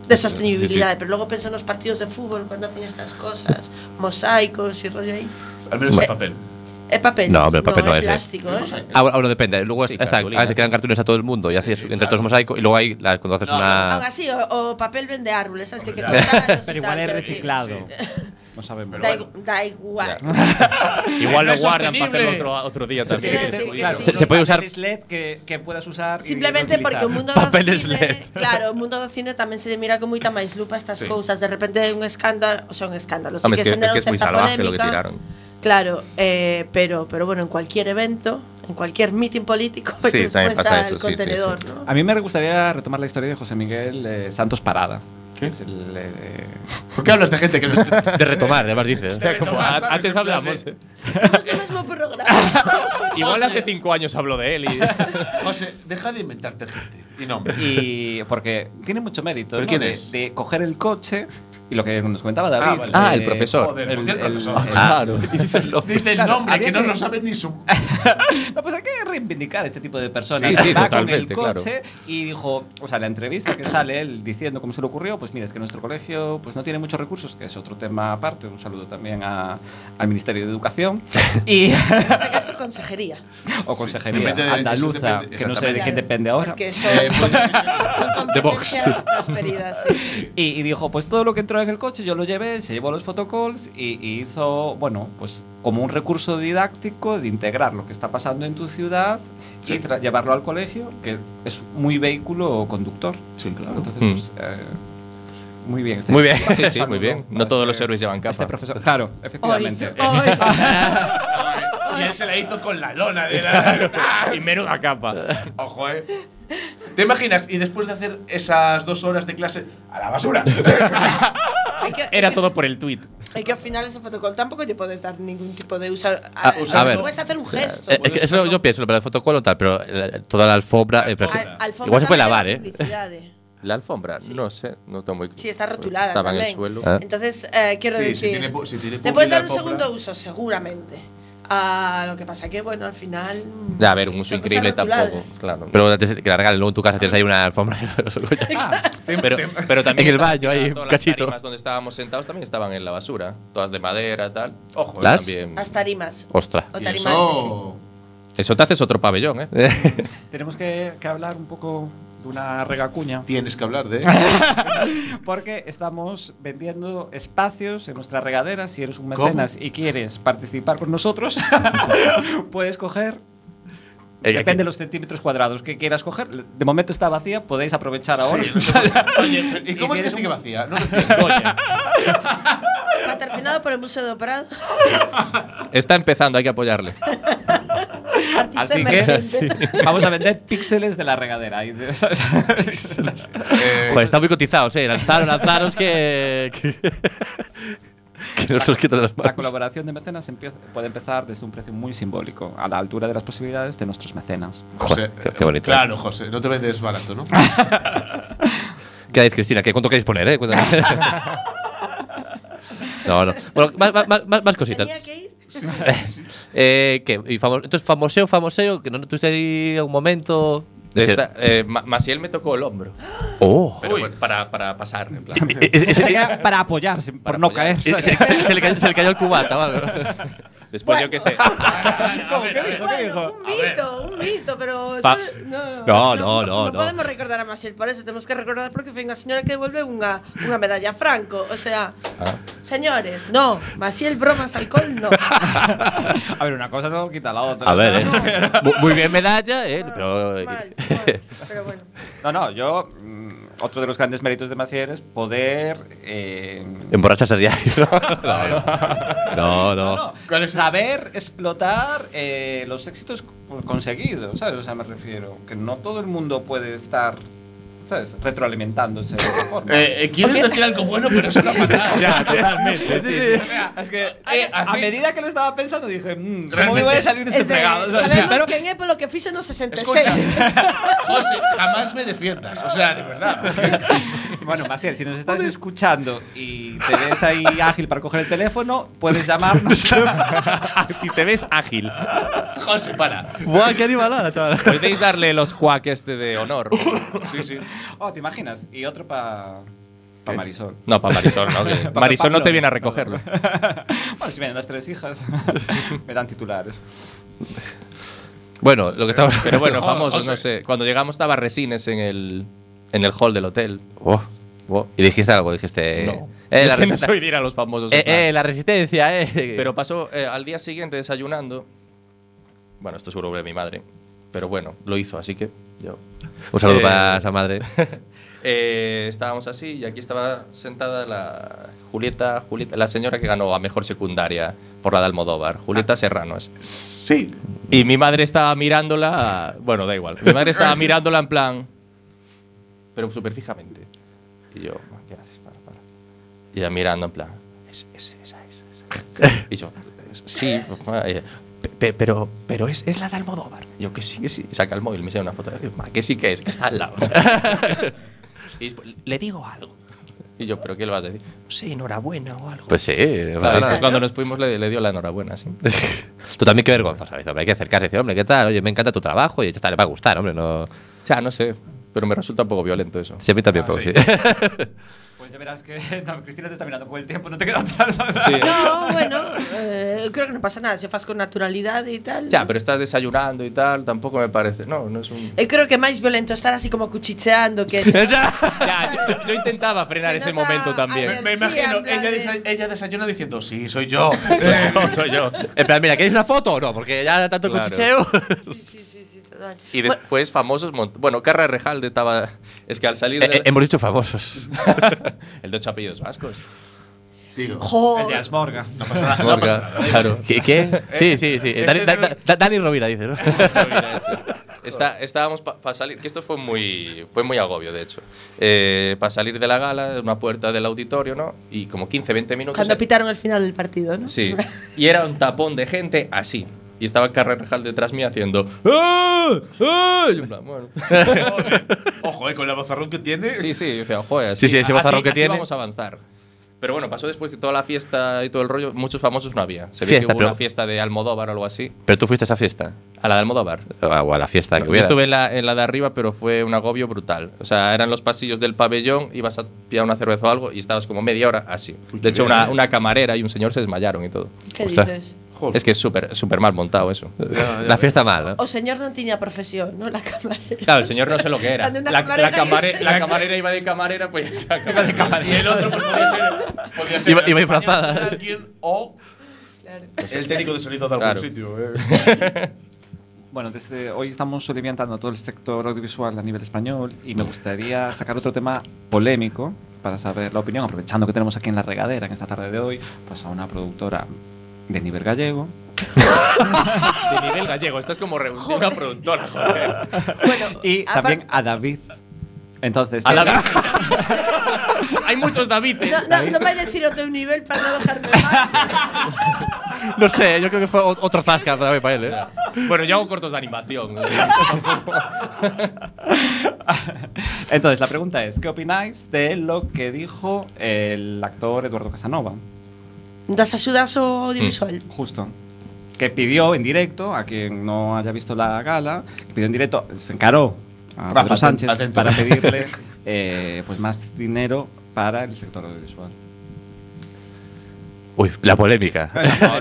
Speaker 7: de sostenibilidade pero logo penso nos partidos de fútbol cando hacen estas cosas mosaicos e rollo aí
Speaker 5: Al menos el
Speaker 7: Eh,
Speaker 5: papel.
Speaker 7: É papel.
Speaker 4: No, hombre, papel no
Speaker 7: é
Speaker 4: es, eh.
Speaker 7: plástico, ¿eh?
Speaker 4: Ah, bueno, bueno, depende. Luego
Speaker 8: Sí,
Speaker 4: está-
Speaker 8: cartulina.
Speaker 4: a veces quedan cartulinas a todo el mundo y haces entre todos mosaico y luego hay la- cuando haces una.
Speaker 7: Aún así, o, o papel vende árboles, ¿sabes? Que, que cortan años y
Speaker 10: Pero igual
Speaker 7: tal,
Speaker 10: es
Speaker 7: pero sí.
Speaker 10: reciclado.
Speaker 6: No sabemos.
Speaker 7: Da, igu- da igual.
Speaker 4: Igual
Speaker 8: No
Speaker 4: lo
Speaker 8: es
Speaker 4: guardan para hacerlo
Speaker 8: sostenible.
Speaker 4: otro, otro día
Speaker 7: Quiero
Speaker 4: también.
Speaker 7: decir que sí.
Speaker 4: Se- se puede usar-
Speaker 6: LED que, que puedas usar. y
Speaker 7: Simplemente porque o
Speaker 6: reutilizar.
Speaker 7: mundo
Speaker 4: Papeles
Speaker 7: do cine,
Speaker 4: LED.
Speaker 7: claro, o mundo do cine tamén se mira con moita máis lupa estas sí. cousas. De repente é un escándalo, o sea, un escándalo, sí
Speaker 8: Hombre,
Speaker 7: que,
Speaker 8: es que, es
Speaker 7: xenera
Speaker 8: que es muy
Speaker 7: certa
Speaker 8: salvaje lo que
Speaker 7: polémica.
Speaker 8: tiraron.
Speaker 7: Claro, eh, pero pero bueno, en cualquier evento, en cualquier mitin político,
Speaker 8: Sí,
Speaker 7: que
Speaker 8: también
Speaker 7: después
Speaker 8: pasa
Speaker 7: al
Speaker 8: eso, sí, sí,
Speaker 7: contenedor,
Speaker 8: sí.
Speaker 7: ¿no?
Speaker 6: A mí me gustaría retomar la historia de José Miguel eh, Santos Parada. ¿Qué? Es el, eh,
Speaker 5: ¿Por qué hablas de gente que no está
Speaker 4: De retomar, además dices.
Speaker 5: Tomás, ¿sabes?
Speaker 4: antes
Speaker 5: En plan
Speaker 4: hablamos.
Speaker 5: de-
Speaker 7: Estamos no mesmo programa.
Speaker 4: Igual hace cinco años habló de él y.
Speaker 5: José, deja de inventarte gente. Y nombres.
Speaker 6: Y porque tiene mucho mérito
Speaker 5: ¿Pero
Speaker 6: ¿no?
Speaker 5: quién
Speaker 6: de,
Speaker 5: es?
Speaker 6: de coger el coche y lo que nos comentaba David. eh,
Speaker 5: vale.
Speaker 8: Ah,
Speaker 6: de-
Speaker 8: el profesor. Ah,
Speaker 5: Joder, pues di el profesor.
Speaker 4: Claro.
Speaker 5: Dice el
Speaker 6: Claro,
Speaker 5: nombre,
Speaker 6: habría
Speaker 5: que no
Speaker 6: que-
Speaker 5: lo sabe ni su.
Speaker 6: No, pues hay que reivindicar este tipo de personas.
Speaker 8: Sí, sí,
Speaker 6: Va con el
Speaker 8: totalmente,
Speaker 6: coche y dijo, o sea, la entrevista que sale él diciendo cómo se le ocurrió, pues mira, es que nuestro colegio pues no tiene muchos recursos, que es otro tema aparte. Un saludo también a- al Ministerio de Educación y,
Speaker 7: En este caso, consejería.
Speaker 6: o Consejería
Speaker 5: depende de- eso
Speaker 6: Andaluza,
Speaker 5: depende-
Speaker 6: que no sé de
Speaker 5: exactamente.
Speaker 6: quién depende ahora. Eh, pues,
Speaker 7: Porque son, son competencias transferidas. sí.
Speaker 6: Y, y dijo, pues todo lo que entró en el coche yo lo llevé, se llevó a los photocalls y, y hizo, bueno, pues como un recurso didáctico de integrar lo que está pasando en tu ciudad y tra- llevarlo al colegio, que es muy vehículo conductor.
Speaker 8: Sí, claro.
Speaker 6: Entonces,
Speaker 8: Mm.
Speaker 6: pues, eh, pues, muy bien. este-
Speaker 8: Muy bien,
Speaker 6: este
Speaker 8: sí, sí,
Speaker 6: saludo
Speaker 8: muy bien.
Speaker 6: para
Speaker 8: No todos los
Speaker 6: este-
Speaker 8: héroes llevan
Speaker 6: este
Speaker 8: capa.
Speaker 6: profesor, claro,
Speaker 7: Hoy,
Speaker 6: efectivamente.
Speaker 7: hoy.
Speaker 5: Y él se la hizo con la lona de la.
Speaker 4: Y menuda capa.
Speaker 5: Ojo, eh. ¿Te imaginas? Y después de hacer esas dos horas de clase, a la basura.
Speaker 7: Hay que- hay
Speaker 4: Era
Speaker 7: que-
Speaker 4: todo por el tweet.
Speaker 7: Y que al final ese fotocall tampoco te puedes dar ningún tipo de usar.
Speaker 4: A-
Speaker 7: o
Speaker 4: Ah, a
Speaker 7: sea,
Speaker 4: ver.
Speaker 7: tú puedes hacer un gesto.
Speaker 4: Eh, es que eso yo pienso, pero el protocolo tal, pero la- toda la alfombra. eh, pero sí.
Speaker 7: Al- alfombra
Speaker 4: igual se puede
Speaker 7: también
Speaker 4: lavar,
Speaker 7: de
Speaker 4: ¿eh?
Speaker 7: publicidad, eh.
Speaker 8: La alfombra, no sé, no está muy
Speaker 7: Sí, está rotulada
Speaker 8: Estaba en
Speaker 7: también.
Speaker 8: el suelo.
Speaker 4: Ah.
Speaker 7: Entonces, eh, quiero
Speaker 5: Sí,
Speaker 7: decir.
Speaker 5: si tiene pu- si tiene
Speaker 7: te puedes
Speaker 5: publicidad
Speaker 7: dar un
Speaker 5: compra.
Speaker 7: segundo uso, seguramente. A lo que pasa que, bueno, al final. mm,
Speaker 8: Ya, Ah, a ver, un uso
Speaker 7: son cosas
Speaker 8: increíble tampoco.
Speaker 7: rotuladas.
Speaker 8: Claro.
Speaker 4: Pero antes que la regalen luego en tu casa, tienes ahí una alfombra. Ah,
Speaker 8: pero, pero también.
Speaker 4: En el
Speaker 8: está-
Speaker 4: baño, ahí, un
Speaker 8: todas las
Speaker 4: cachito.
Speaker 8: tarimas donde estábamos sentados también estaban en la basura. Todas de madera, tal. Ojo,
Speaker 4: ¿Las?
Speaker 8: también.
Speaker 7: Las tarimas.
Speaker 4: Ostras.
Speaker 7: O
Speaker 5: Y
Speaker 7: tarimas.
Speaker 5: eso-
Speaker 8: Eso te haces otro pabellón, ¿eh?
Speaker 6: Tenemos que, que hablar un poco de una regacuña.
Speaker 5: Tienes que hablar de.
Speaker 6: Porque estamos vendiendo espacios en nuestra regadera. Si eres un mecenas y quieres participar con nosotros, puedes coger.
Speaker 4: Eh,
Speaker 6: Depende de los centímetros cuadrados que quieras coger. De momento está vacía, podéis aprovechar ahora.
Speaker 5: Oye, ¿y cómo es
Speaker 6: Hicieron
Speaker 5: que sigue
Speaker 6: un-
Speaker 5: vacía? No lo entiendo.
Speaker 7: sí. Patrocinado por el Museo do Prado.
Speaker 8: Está empezando, hay que apoyarle.
Speaker 7: Artista
Speaker 6: Así que
Speaker 7: emergente.
Speaker 6: vamos a vender píxeles de la regadera. Y de-
Speaker 5: Eh,
Speaker 4: Joder, están muy cotizados, eh. Lanzaros, lanzaros que. que, que no se os quitan las
Speaker 6: La
Speaker 4: manos.
Speaker 6: colaboración de mecenas empieza- puede empezar desde un precio muy simbólico, a la altura de las posibilidades de nuestros mecenas.
Speaker 5: José,
Speaker 4: qué- qué bonito. eh.
Speaker 5: Claro, José, no te vendes barato, ¿no?
Speaker 4: ¿Qué hacéis, Cristina? ¿Qué, ¿Cuánto queréis poner, eh? Cuéntame. No, no. Bueno, más, más- más- más cositas.
Speaker 7: Tenía que ir.
Speaker 4: Eh, ¿qué? Y famo- Entonces, famoseo, famoseo, que no tuviste ahí algún momento.
Speaker 8: Esta, eh, Ma- Maciel me tocó el hombro.
Speaker 4: Oh.
Speaker 8: Pero bueno, para, para pasar, en plan.
Speaker 4: Ese- ese-
Speaker 6: Se queda para apoyarse, por no
Speaker 8: apoyar.
Speaker 4: Se,
Speaker 6: caer.
Speaker 4: se- se le cayó, se le cayó el cubata o algo.
Speaker 8: Después yo qué sé.
Speaker 7: Bueno, un mito, un mito, pero. eso-
Speaker 4: Pa-
Speaker 7: no,
Speaker 4: No, no, no, no.
Speaker 7: podemos recordar a Maciel por eso. Tenemos que recordar porque fue una señora que devuelve una, una medalla a Franco. O sea,
Speaker 4: Ah.
Speaker 7: señores, no. Maciel, bromas, alcohol, no.
Speaker 6: A ver, una cosa no quita la otra.
Speaker 4: A ver, eh. Mu- Muy bien medalla, eh. Pero.
Speaker 7: Mal, mal, pero bueno.
Speaker 6: No, no, yo. mm, otro de los grandes méritos de Masier es poder. eh,
Speaker 4: Emborrachas a diario, ¿no? No,
Speaker 6: no,
Speaker 4: no.
Speaker 6: no, saber explotar eh, los éxitos co- conseguidos, ¿sabes? O sea, me refiero. Que no todo el mundo puede estar. ¿Sabes? Retroalimentándose de esa forma.
Speaker 5: Eh, eh, ¿Quieres decir algo bueno, pero suena fatal?
Speaker 9: Ya, totalmente.
Speaker 6: Sí, sí. Es que
Speaker 5: eh,
Speaker 6: a,
Speaker 5: a mí-
Speaker 6: medida que lo estaba pensando dije, mm, ¿cómo me
Speaker 5: Realmente.
Speaker 6: voy a salir de este
Speaker 7: Es de-
Speaker 6: fregado? O sea,
Speaker 7: sabemos
Speaker 6: pero-
Speaker 7: que en Apple lo que fixe no 66.
Speaker 5: Escucha, José, jamás me defiendas. O sea, de verdad.
Speaker 6: Bueno, Maciel, si nos estás escuchando y te ves ahí ágil para coger el teléfono, puedes llamarnos.
Speaker 9: Y te ves ágil.
Speaker 5: José, para.
Speaker 4: Buah, qué animalada, chaval.
Speaker 8: Podéis darle los cuac este de honor. Sí, sí.
Speaker 6: Oh, ¿te imaginas? Y otro para pa Marisol.
Speaker 8: No, para Marisol, ¿no? Que
Speaker 6: Pa-
Speaker 8: Marisol no
Speaker 6: Pablo.
Speaker 8: te viene a recogerlo.
Speaker 6: Bueno, si vienen las tres hijas, me dan titulares.
Speaker 4: Bueno, lo que estaba.
Speaker 8: Pero bueno,
Speaker 5: Joder,
Speaker 8: famosos,
Speaker 5: José.
Speaker 8: no sé. Cuando llegamos estaba Resines en el, en el hall del hotel.
Speaker 4: Oh, oh. Y dijiste algo, dijiste.
Speaker 8: No.
Speaker 4: Eh,
Speaker 8: Es
Speaker 4: la
Speaker 8: que no
Speaker 4: resista-
Speaker 8: soy de ir a los famosos. en
Speaker 4: eh,
Speaker 8: plan.
Speaker 4: eh, la resistencia, eh.
Speaker 8: Pero pasó eh, al día siguiente desayunando. Bueno, esto seguro de mi madre. Pero bueno, lo hizo, así que yo.
Speaker 4: Un saludo
Speaker 8: Eh,
Speaker 4: para esa madre.
Speaker 8: Eh, estábamos así y aquí estaba sentada la Julieta, Julieta, la señora que ganó a mejor secundaria por la de Almodóvar, Julieta Serranos.
Speaker 5: Sí.
Speaker 8: Y mi madre estaba mirándola, bueno, da igual. Mi madre estaba mirándola en plan, pero súper fijamente. Y yo, "Ma, ¿qué haces? Para, para". Y ella mirando en plan, es, es, esa, es, esa". Y yo, "Es- sí, mamá". Y ella, "Pe- pero, pero es, es la de Almodóvar. Yo que sí, que sí. Y saca el móvil, me enseña una foto. de "Ma, que sí que es, que está al lado. y es, le digo algo. Y yo, ¿pero qué le vas a decir? Sí, enhorabuena o algo.
Speaker 4: Pues sí,
Speaker 8: Claro,
Speaker 4: vale.
Speaker 8: es que cuando nos fuimos le, le dio la enhorabuena, sí.
Speaker 4: Tú también qué vergüenza, ¿sabes? Hombre, hay que acercarse y decir, hombre, ¿qué tal? Oye, me encanta tu trabajo y ya está, le va a gustar, hombre. No...
Speaker 8: Ya, no sé, pero me resulta un poco violento eso.
Speaker 4: Sí, a mí también, pero Ah, sí.
Speaker 6: Pues ya verás que no, Cristina te está mirando por el tiempo, no te queda otra.
Speaker 8: Sí.
Speaker 7: No, bueno, eh, eu creo que non pasa nada, se faz con naturalidade e tal.
Speaker 8: Ya, pero estás desayunando y tal, tampoco me parece. No, no es un.
Speaker 7: Eu Eh, creo que é máis violento estar así como cuchicheando que
Speaker 4: Ya.
Speaker 8: Ya, yo, yo intentaba frenar
Speaker 7: Se
Speaker 8: ese
Speaker 7: nota
Speaker 8: momento también.
Speaker 7: algo.
Speaker 5: Me
Speaker 7: Sí,
Speaker 5: imagino,
Speaker 7: en plan
Speaker 5: ella,
Speaker 7: de-
Speaker 5: desa- ella desayuna diciendo, sí, soy yo.
Speaker 4: No, soy yo. En plan, mira, ¿queréis una foto o no? Porque ya tanto
Speaker 8: Claro.
Speaker 4: cuchicheo.
Speaker 7: Sí, sí, sí, sí, total.
Speaker 8: Y después famosos. mont- Bueno, Carra Rejalde estaba. Es que al salir.
Speaker 4: Eh, eh,
Speaker 8: del-
Speaker 4: hemos dicho famosos.
Speaker 8: el de ocho apellidos vascos.
Speaker 5: Tío.
Speaker 7: Jo,
Speaker 6: El de Asmorga. No pasa
Speaker 8: Es Morga, Claro.
Speaker 4: ¿Qué? qué? Sí, sí, sí.
Speaker 8: este
Speaker 5: Eh,
Speaker 4: Dani,
Speaker 5: eh,
Speaker 4: Da- Da- Da- Dani Rovira dice, ¿no?
Speaker 8: Mira eso. Está- estábamos para salir, que esto fue muy, fue muy agobio, de hecho. para salir de la gala, una puerta del auditorio, ¿no? Y como 15, 20 minutos.
Speaker 7: Cuando
Speaker 8: eh,
Speaker 7: pitaron el final del partido, ¿no?
Speaker 8: Sí. Y era un tapón de gente así. Y estaba Carrerajal detrás mí haciendo. ¡Ah! ¡Ah! Y yo, en plan, bueno.
Speaker 5: Ojo, eh, con la vozarrón que tiene.
Speaker 8: Sí, sí, yo decía, joder,
Speaker 4: Sí, sí, ese bozarrón
Speaker 8: así-
Speaker 4: que
Speaker 8: así
Speaker 4: tiene.
Speaker 8: vamos a avanzar. Pero bueno, pasó después que toda la fiesta y todo el rollo, muchos famosos no había. Se vio que
Speaker 4: Fiesta,
Speaker 8: hubo
Speaker 4: pero-
Speaker 8: una fiesta de Almodóvar o algo así.
Speaker 4: Pero tú fuiste a esa fiesta.
Speaker 8: A la de Almodóvar.
Speaker 4: O a o a la fiesta que
Speaker 8: Yo
Speaker 4: hubiera.
Speaker 8: estuve en la, en la de arriba, pero fue un agobio brutal. O sea, eran los pasillos del pabellón, ibas a pillar una cerveza o algo y estabas como media hora así. De hecho,
Speaker 4: eh.
Speaker 8: una, una camarera y un señor se desmayaron y todo.
Speaker 7: ¿Qué
Speaker 4: Ostras.
Speaker 7: dices?
Speaker 8: Es que es súper súper mal montado eso.
Speaker 4: La fiesta mal, ¿no?
Speaker 7: O señor non tiña profesión, ¿no? La camarera.
Speaker 8: Claro, el señor no sé lo que era.
Speaker 7: Cuando
Speaker 8: La,
Speaker 7: una
Speaker 8: la
Speaker 7: camarera-
Speaker 8: camare- la camarera iba de camarera, pues iba de camarera.
Speaker 5: Y el otro, pues podía ser. Podía ser
Speaker 4: Iba- iba
Speaker 5: acompañado
Speaker 4: disfrazada.
Speaker 5: de alguien o
Speaker 7: Claro.
Speaker 5: el técnico de sonido de algún
Speaker 8: Claro.
Speaker 5: sitio. eh.
Speaker 6: Bueno, desde hoy estamos orientando todo el sector audiovisual a nivel español y me gustaría sacar otro tema polémico para saber la opinión, aprovechando que tenemos aquí en la regadera en esta tarde de hoy, pues a una productora de nivel gallego.
Speaker 8: De nivel gallego, estás como re- de una productora, joder.
Speaker 7: Bueno,
Speaker 6: Y
Speaker 7: apar-
Speaker 6: también a David. Entonces,
Speaker 8: A la- Hay muchos Davides.
Speaker 7: No, no, non vai decir o teu nivel para non bajarme mal.
Speaker 4: No sé, yo creo que fue o- otro zasca para para él, ¿eh?
Speaker 8: Bueno, yo hago cortos de animación.
Speaker 6: entonces, la pregunta es, ¿qué opináis de lo que dijo el actor Eduardo Casanova?
Speaker 7: Das axudas ao audiovisual.
Speaker 6: Justo. Que pidió en directo, a quien no haya visto la gala, pidió en directo, se encaró a
Speaker 5: Rafa,
Speaker 6: Pedro Sánchez
Speaker 5: atento.
Speaker 6: para pedirle eh, pues más dinero para el sector audiovisual.
Speaker 4: Uy, la polémica.
Speaker 8: No,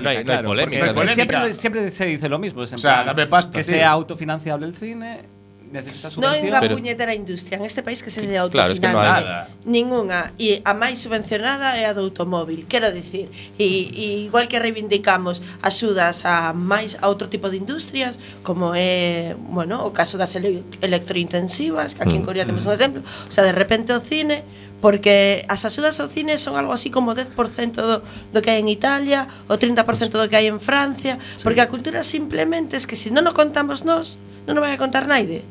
Speaker 8: no hay- no hay polémica.
Speaker 6: porque
Speaker 5: No hay
Speaker 6: Siempre,
Speaker 5: polémica.
Speaker 6: siempre se dice lo mismo. es en
Speaker 5: O sea,
Speaker 6: plan,
Speaker 5: dame pasta,
Speaker 6: Que
Speaker 5: tío.
Speaker 6: sea autofinanciable el cine, necesita
Speaker 7: Non hai
Speaker 6: subvención.
Speaker 7: unha
Speaker 8: Pero-
Speaker 7: puñetera industria en este país que se lle
Speaker 8: Claro, es que no
Speaker 7: autofinal.
Speaker 8: hay.
Speaker 5: Nada.
Speaker 7: Ninguna. E a máis subvencionada é a do automóvil, quero dicir. E, e igual que reivindicamos axudas a máis a outro tipo de industrias, como é, bueno, o caso das ele electrointensivas, que aquí
Speaker 8: Mm.
Speaker 7: en Corea temos un exemplo, o sea, de repente o cine porque as axudas ao cine son algo así como 10% do, do que hai en Italia, o 30% do que hai en Francia, porque a cultura simplemente es que se non o contamos nós, non o vai a contar naide.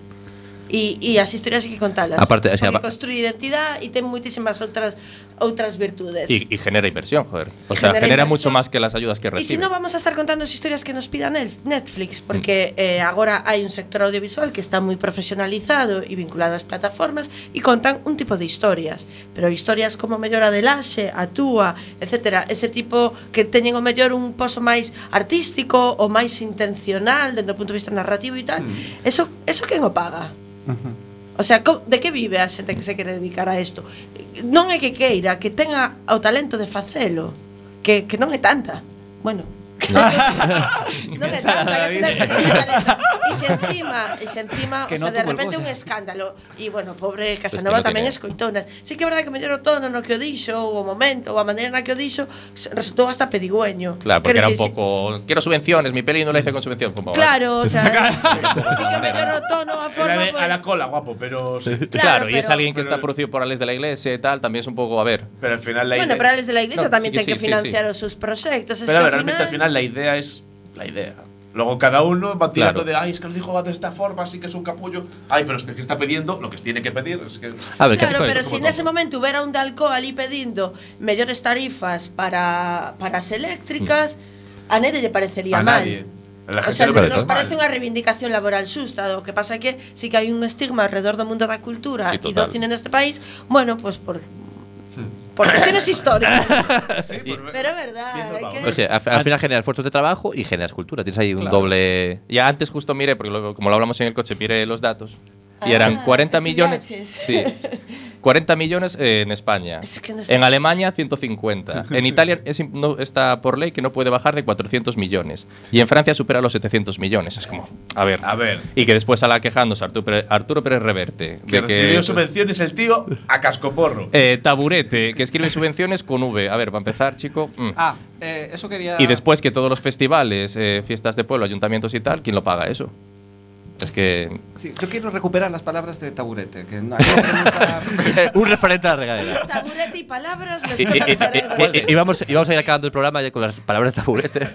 Speaker 7: E, e as historias hai que contalas.
Speaker 4: Aparte, o sea, pa-
Speaker 7: porque construir identidade e ten moitísimas outras outras virtudes.
Speaker 8: Y, y genera inversión, joder. O sea, genera,
Speaker 7: Genera
Speaker 8: mucho
Speaker 7: inversión.
Speaker 8: más que las ayudas que
Speaker 7: E
Speaker 8: recibe.
Speaker 7: se non vamos a estar contando as historias que nos pida Nel- Netflix Porque
Speaker 4: Mm.
Speaker 7: eh, agora hai un sector audiovisual que está moi profesionalizado e vinculado ás plataformas E contan un tipo de historias Pero historias como mellor a delaxe, a túa, etc Ese tipo que teñen o mellor un poso máis artístico ou máis intencional Dende o punto de vista narrativo e tal
Speaker 4: Mm.
Speaker 7: Eso, eso quen o paga? O sea, co- de que vive a xente que se quere dedicar a isto? Non é que queira, que tenga o talento de facelo, que, que non é tanta. Bueno, non é tanta que se que teña talento. E se encima, e se encima,
Speaker 6: Que
Speaker 7: o sea,
Speaker 6: non
Speaker 7: de
Speaker 6: tuvo el
Speaker 7: repente
Speaker 6: goce.
Speaker 7: un escándalo. E bueno, pobre
Speaker 8: Pues que
Speaker 7: Casanova
Speaker 8: no
Speaker 7: tamén
Speaker 8: tiene-
Speaker 7: escoitonas. Sí que é verdade que mellor o tono no que o dixo, ou o momento, ou a maneira na que o dixo, s- resultou hasta pedigüeño.
Speaker 8: Claro, porque
Speaker 7: Quero
Speaker 8: era un
Speaker 7: dicir, si-
Speaker 8: poco. Quiero subvenciones, mi peli no la hice con subvención. Pum, vale.
Speaker 7: Claro, o sea, sí que mellor o tono, a
Speaker 5: Era
Speaker 7: forma,
Speaker 5: de-
Speaker 7: pues,
Speaker 5: eh, a la cola, guapo, pero. sí.
Speaker 8: Claro, y es
Speaker 7: pero-
Speaker 8: alguien que
Speaker 5: pero-
Speaker 8: está producido por Alex de la Iglesia y tal, también es un poco, a ver.
Speaker 5: Pero al final la
Speaker 7: Bueno,
Speaker 5: idea.
Speaker 7: pero Alex de la Iglesia
Speaker 8: No,
Speaker 7: también
Speaker 8: sí que
Speaker 7: tiene que
Speaker 8: sí, sí, sí.
Speaker 7: financiar sus proyectos.
Speaker 5: Pero a ver,
Speaker 7: es que
Speaker 5: realmente al final la idea es la idea. Luego cada uno va tirando
Speaker 8: Claro.
Speaker 5: de, ay, es que lo dijo de esta forma, así que es un capullo. Ay, pero este que está pidiendo, lo que tiene que pedir es que.
Speaker 7: Ah,
Speaker 4: A ver, ¿qué-
Speaker 7: Claro,
Speaker 4: qué-
Speaker 7: pero
Speaker 4: cómo-
Speaker 7: si en
Speaker 4: cómo-
Speaker 7: ese momento hubiera un Dalco ali pedindo mellores tarifas para, para as eléctricas, a nadie le parecería
Speaker 5: A
Speaker 7: mal.
Speaker 5: nadie. La
Speaker 7: O
Speaker 5: gente
Speaker 7: sea,
Speaker 5: lo
Speaker 7: nos
Speaker 5: ve
Speaker 7: nos
Speaker 5: normal.
Speaker 7: parece unha reivindicación laboral xusta, o que pasa é que sí que hai un estigma alrededor do mundo da cultura
Speaker 8: Sí,
Speaker 7: e
Speaker 8: total.
Speaker 7: do cine neste país, bueno, pues por por cuestiones históricas.
Speaker 5: Sí, pues, por-
Speaker 7: Pero é verdade,
Speaker 5: Piensa el
Speaker 7: hai
Speaker 5: pavo.
Speaker 7: que
Speaker 4: O sea, al, al final generas puestos de trabajo y generas cultura. Tienes ahí un
Speaker 8: Claro.
Speaker 4: doble.
Speaker 8: eh, Ya antes justo miré, porque lo- como lo hablamos en el coche, miré los datos. Y eran
Speaker 7: Ah,
Speaker 8: 40 millones.
Speaker 7: estudiantes.
Speaker 8: Sí. 40 millones eh, en España.
Speaker 7: Es que no está-
Speaker 8: en Alemania, 150. En Italia es im- no- está por ley que no puede bajar de 400 millones. Y en Francia supera los 700 millones. Es como, a ver.
Speaker 5: A ver.
Speaker 8: Y que después sala quejándose Arturo, Pérez- Arturo Pérez Reverte.
Speaker 5: Que recibió subvenciones el tío a cascoporro.
Speaker 8: Eh, taburete, que escribe subvenciones con V. A ver, para empezar, chico. mm.
Speaker 6: Ah, eh, eso quería.
Speaker 8: Y después que todos los festivales, eh, fiestas de pueblo, ayuntamientos y tal, ¿quién lo paga eso? Es que.
Speaker 6: Sí, yo quiero recuperar las palabras de taburete. Que no, no podemos dar-
Speaker 4: un referente a la regadera.
Speaker 7: Taburete y palabras me
Speaker 4: Y, y-
Speaker 7: explotan
Speaker 4: y-
Speaker 7: el
Speaker 4: y-
Speaker 7: cerebro.
Speaker 4: y- y vamos, y vamos a ir acabando el programa ya con las palabras de taburete.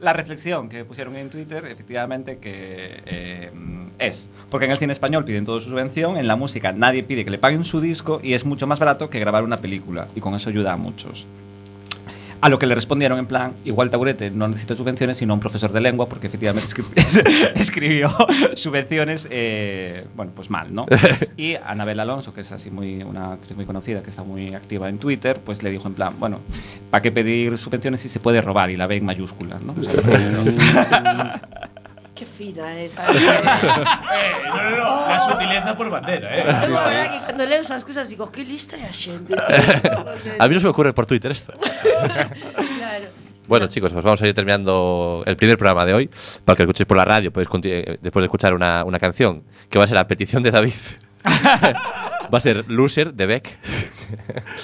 Speaker 6: la reflexión que pusieron en Twitter, efectivamente, que eh, es. Porque en el cine español piden todo su subvención, en la música nadie pide que le paguen su disco y es mucho más barato que grabar una película. Y con eso ayuda a muchos. A lo que le respondieron en plan, igual Taburete no necesita subvenciones, sino un profesor de lengua, porque efectivamente escri- escribió subvenciones, eh, bueno, pues mal, ¿no? Y Anabel Alonso, que es así muy, una actriz muy conocida, que está muy activa en Twitter, pues le dijo en plan, bueno, ¿para qué pedir subvenciones si se puede robar? Y la ve en mayúsculas, ¿no? O sea,
Speaker 7: Qué fina es. Yo
Speaker 5: Eh, no, no, no. La sutileza por bandera, eh.
Speaker 7: la verdad que cando leo esas cousas digo, qué lista é a xente.
Speaker 4: A mí no se me ocurre por Twitter esto.
Speaker 7: claro.
Speaker 4: Bueno, chicos, pues vamos a ir terminando el primer programa de hoy. Para que lo escuchéis por la radio, podéis conti- eh, después de escuchar una, una canción que va a ser la petición de David. va a ser Loser de Beck.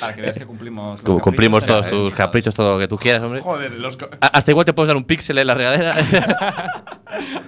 Speaker 6: para que veas que cumplimos. los
Speaker 4: Cum- Cumplimos todos
Speaker 6: caprichos.
Speaker 4: tus caprichos, todo lo que tú quieras, hombre.
Speaker 5: Joder, los. co-
Speaker 4: A- Hasta igual te puedes dar un píxel en la regadera.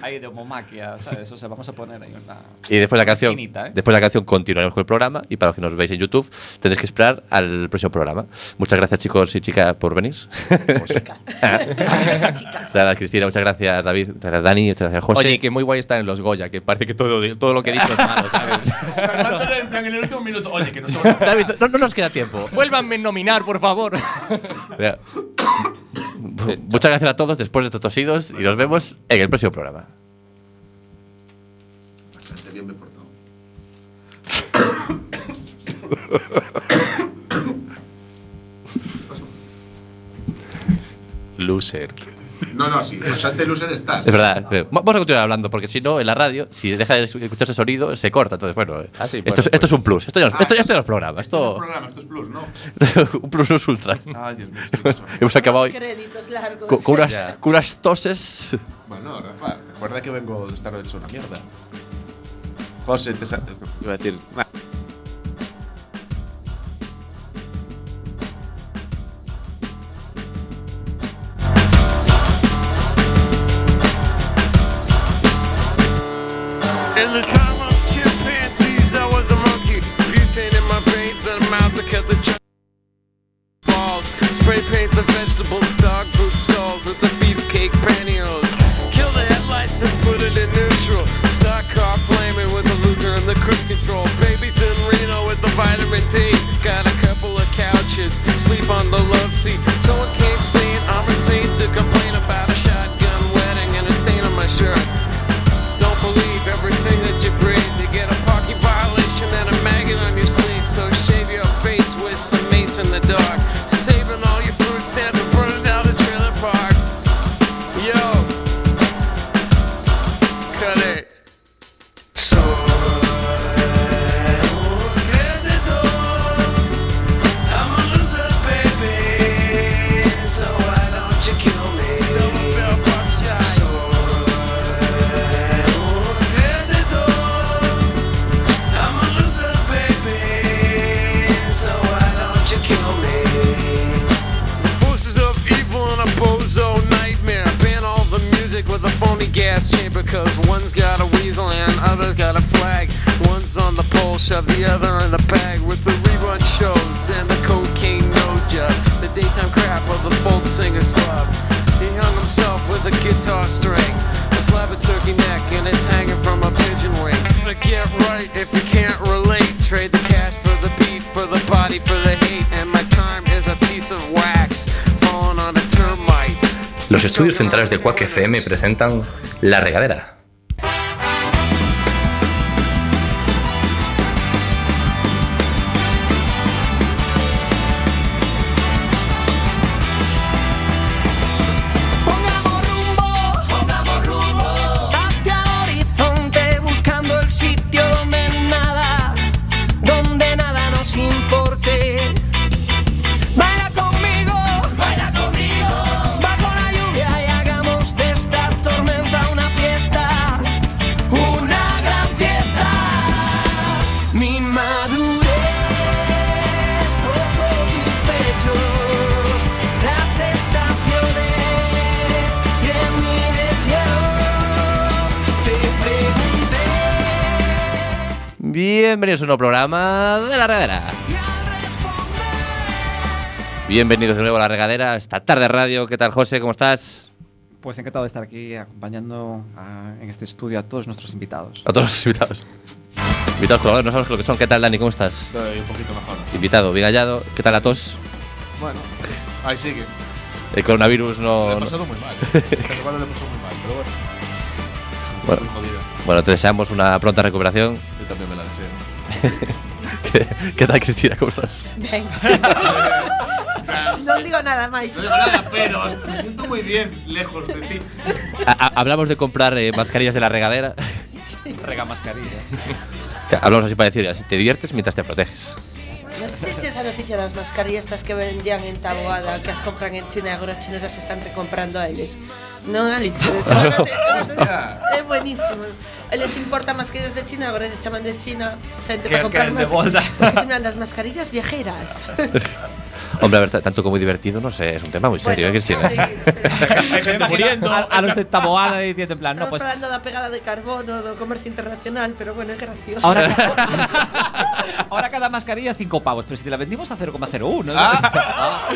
Speaker 6: Ahí de homomaquia, ¿sabes? O sea, vamos a poner ahí una.
Speaker 4: y después de la canción,
Speaker 6: Maquinita, ¿eh?
Speaker 4: después de la canción continuaremos con el programa. Y para los que nos veis en YouTube, tendréis que esperar al próximo programa. Muchas gracias, chicos y chicas, por venir.
Speaker 7: Música. Esa chica.
Speaker 4: Muchas gracias, Cristina. Muchas gracias, David. Muchas gracias, Dani. Muchas gracias,
Speaker 2: Pues
Speaker 4: José.
Speaker 8: Oye, que muy guay estar en los Goya, que parece que todo, todo lo que he dicho es malo, ¿sabes?
Speaker 5: Salvador, en plan, en el último minuto. Oye, que no somos-
Speaker 4: David, no, no nos queda tiempo.
Speaker 8: Vuélvanme a nominar, por favor.
Speaker 4: Mira. Muchas gracias a todos después de estos tosidos y nos vemos en el próximo programa.
Speaker 5: Bastante bien me he portado.
Speaker 8: Loser.
Speaker 5: No, no, sí. Bastante loser estás.
Speaker 4: Es verdad. eh, Vamos a continuar hablando porque si no, en la radio, si deja de escucharse sonido, se corta. Entonces, bueno, eh,
Speaker 8: Ah, sí,
Speaker 4: esto, es-
Speaker 8: bueno,
Speaker 4: esto es un plus. Esto ya, no-
Speaker 5: Ah,
Speaker 4: esto ya está en los programas.
Speaker 5: Estos
Speaker 4: Esto,
Speaker 5: programas, estos plus, ¿no?
Speaker 4: un plus plus ultra.
Speaker 5: Ay, Dios mío, estoy cachondo.
Speaker 4: Hemos acabado
Speaker 7: Unos créditos largos.
Speaker 4: con, con unas, con unas toses.
Speaker 5: Bueno, Rafa, recuerda que vengo de estar hecho una mierda. José, te sa- Iba a decir.
Speaker 10: In the time of chimpanzees, I was a monkey. Butane in my veins and a mouth to cut the ch- balls. Spray paint the vegetables, dog food stalls with the beefcake pantyhose. Kill the headlights and put it in neutral. Stock car flaming with the loser and the cruise control. Babies in Reno with the vitamin D. Got a couple of couches, sleep on the love seat. Someone came saying I'm insane to complain about a shotgun wedding and a stain on my shirt. Don't believe everything that you breathe. You get a parking violation and a maggot on your sleeve. So shave your face with some mace in the dark. Saving all your food stamps and burning down the trailer park. Yo, cut it. So. I'm a loser, baby. So why don't you kill me? Double barrel buckshot. I'm a loser, baby. So why don't you kill me? Forces of evil in a bozo nightmare. Ban all the music with a phony gas chamber. Cause one's got a weasel and other's got a flag. One's on the pole, shove the other in the bag. With the rerun shows and the cocaine nose job. The daytime crap of the folk singer's club. He hung himself with a guitar string. A slab of turkey neck and it's hanging from a pigeon wing. But get right if you can't relate. Trade the cash for the beat, for the body, for the hate. And my time is a piece of wax falling on a termite.
Speaker 2: Los estudios centrales de Quack FM presentan La Regadera.
Speaker 3: Pongamos rumbo hacia el horizonte, buscando el sitio donde nada, donde nada nos importe. Baila conmigo, baila conmigo, bajo la lluvia y hagamos de esta tormenta una fiesta, una gran fiesta. Mi madurez tocó tus pechos, las estaciones y en mi deseo te pregunté.
Speaker 4: Bienvenidos a un nuevo programa de La Regadera. Bienvenidos de nuevo a La Regadera, esta tarde radio. ¿Qué tal, José? ¿Cómo estás?
Speaker 6: Pues encantado de estar aquí acompañando a- en este estudio a todos nuestros invitados.
Speaker 4: A todos los invitados. Invitados jugadores, no sabemos lo que son. ¿Qué tal, Dani? ¿Cómo estás?
Speaker 5: Estoy un poquito mejor.
Speaker 4: Invitado, bien hallado. ¿Qué tal a tos?
Speaker 5: Bueno, ahí sigue.
Speaker 4: El coronavirus no...
Speaker 5: Lo he
Speaker 4: no-
Speaker 5: pasado muy mal. Esta semana lo he pasado muy mal, pero bueno.
Speaker 4: Bueno.
Speaker 5: Muy jodido.
Speaker 4: Bueno, te deseamos una pronta recuperación.
Speaker 5: Yo también me la deseo.
Speaker 4: ¿Qué, qué tal, Cristina? ¿Cómo estás?
Speaker 7: Ben. non digo nada máis.
Speaker 5: pero me siento muy bien lejos de ti.
Speaker 4: Ha- ha- hablamos de comprar eh, mascarillas de la regadera.
Speaker 6: Rega mascarillas.
Speaker 4: Te- Hablamos así para decir, así te diviertes mientras te proteges.
Speaker 7: Non sei se esa noticia das mascarillas estas que vendían en Taboada, que as compran en China e agora os chinos as están recomprando a eles. Non a litre. É buenísimo. Eles importan mascarillas de China, agora eles chaman de China xente
Speaker 6: Que as
Speaker 7: para comprar
Speaker 6: queren de volta.
Speaker 7: mascarillas. Que se me das mascarillas viajeras.
Speaker 4: Hombre, a ver, t- tanto como divertido, no sé, es un tema muy serio, ¿eh, Cristina?
Speaker 6: Hay gente
Speaker 5: muriendo.
Speaker 6: A, a los de Taboada diciendo en plan, no,
Speaker 7: Estamos
Speaker 6: pues
Speaker 7: falando da pegada de carbono, do comercio internacional, pero bueno, é gracioso.
Speaker 6: ahora, ca- ahora cada mascarilla 5 pavos, pero si te la vendimos a 0,01. ¿no?
Speaker 8: Ah.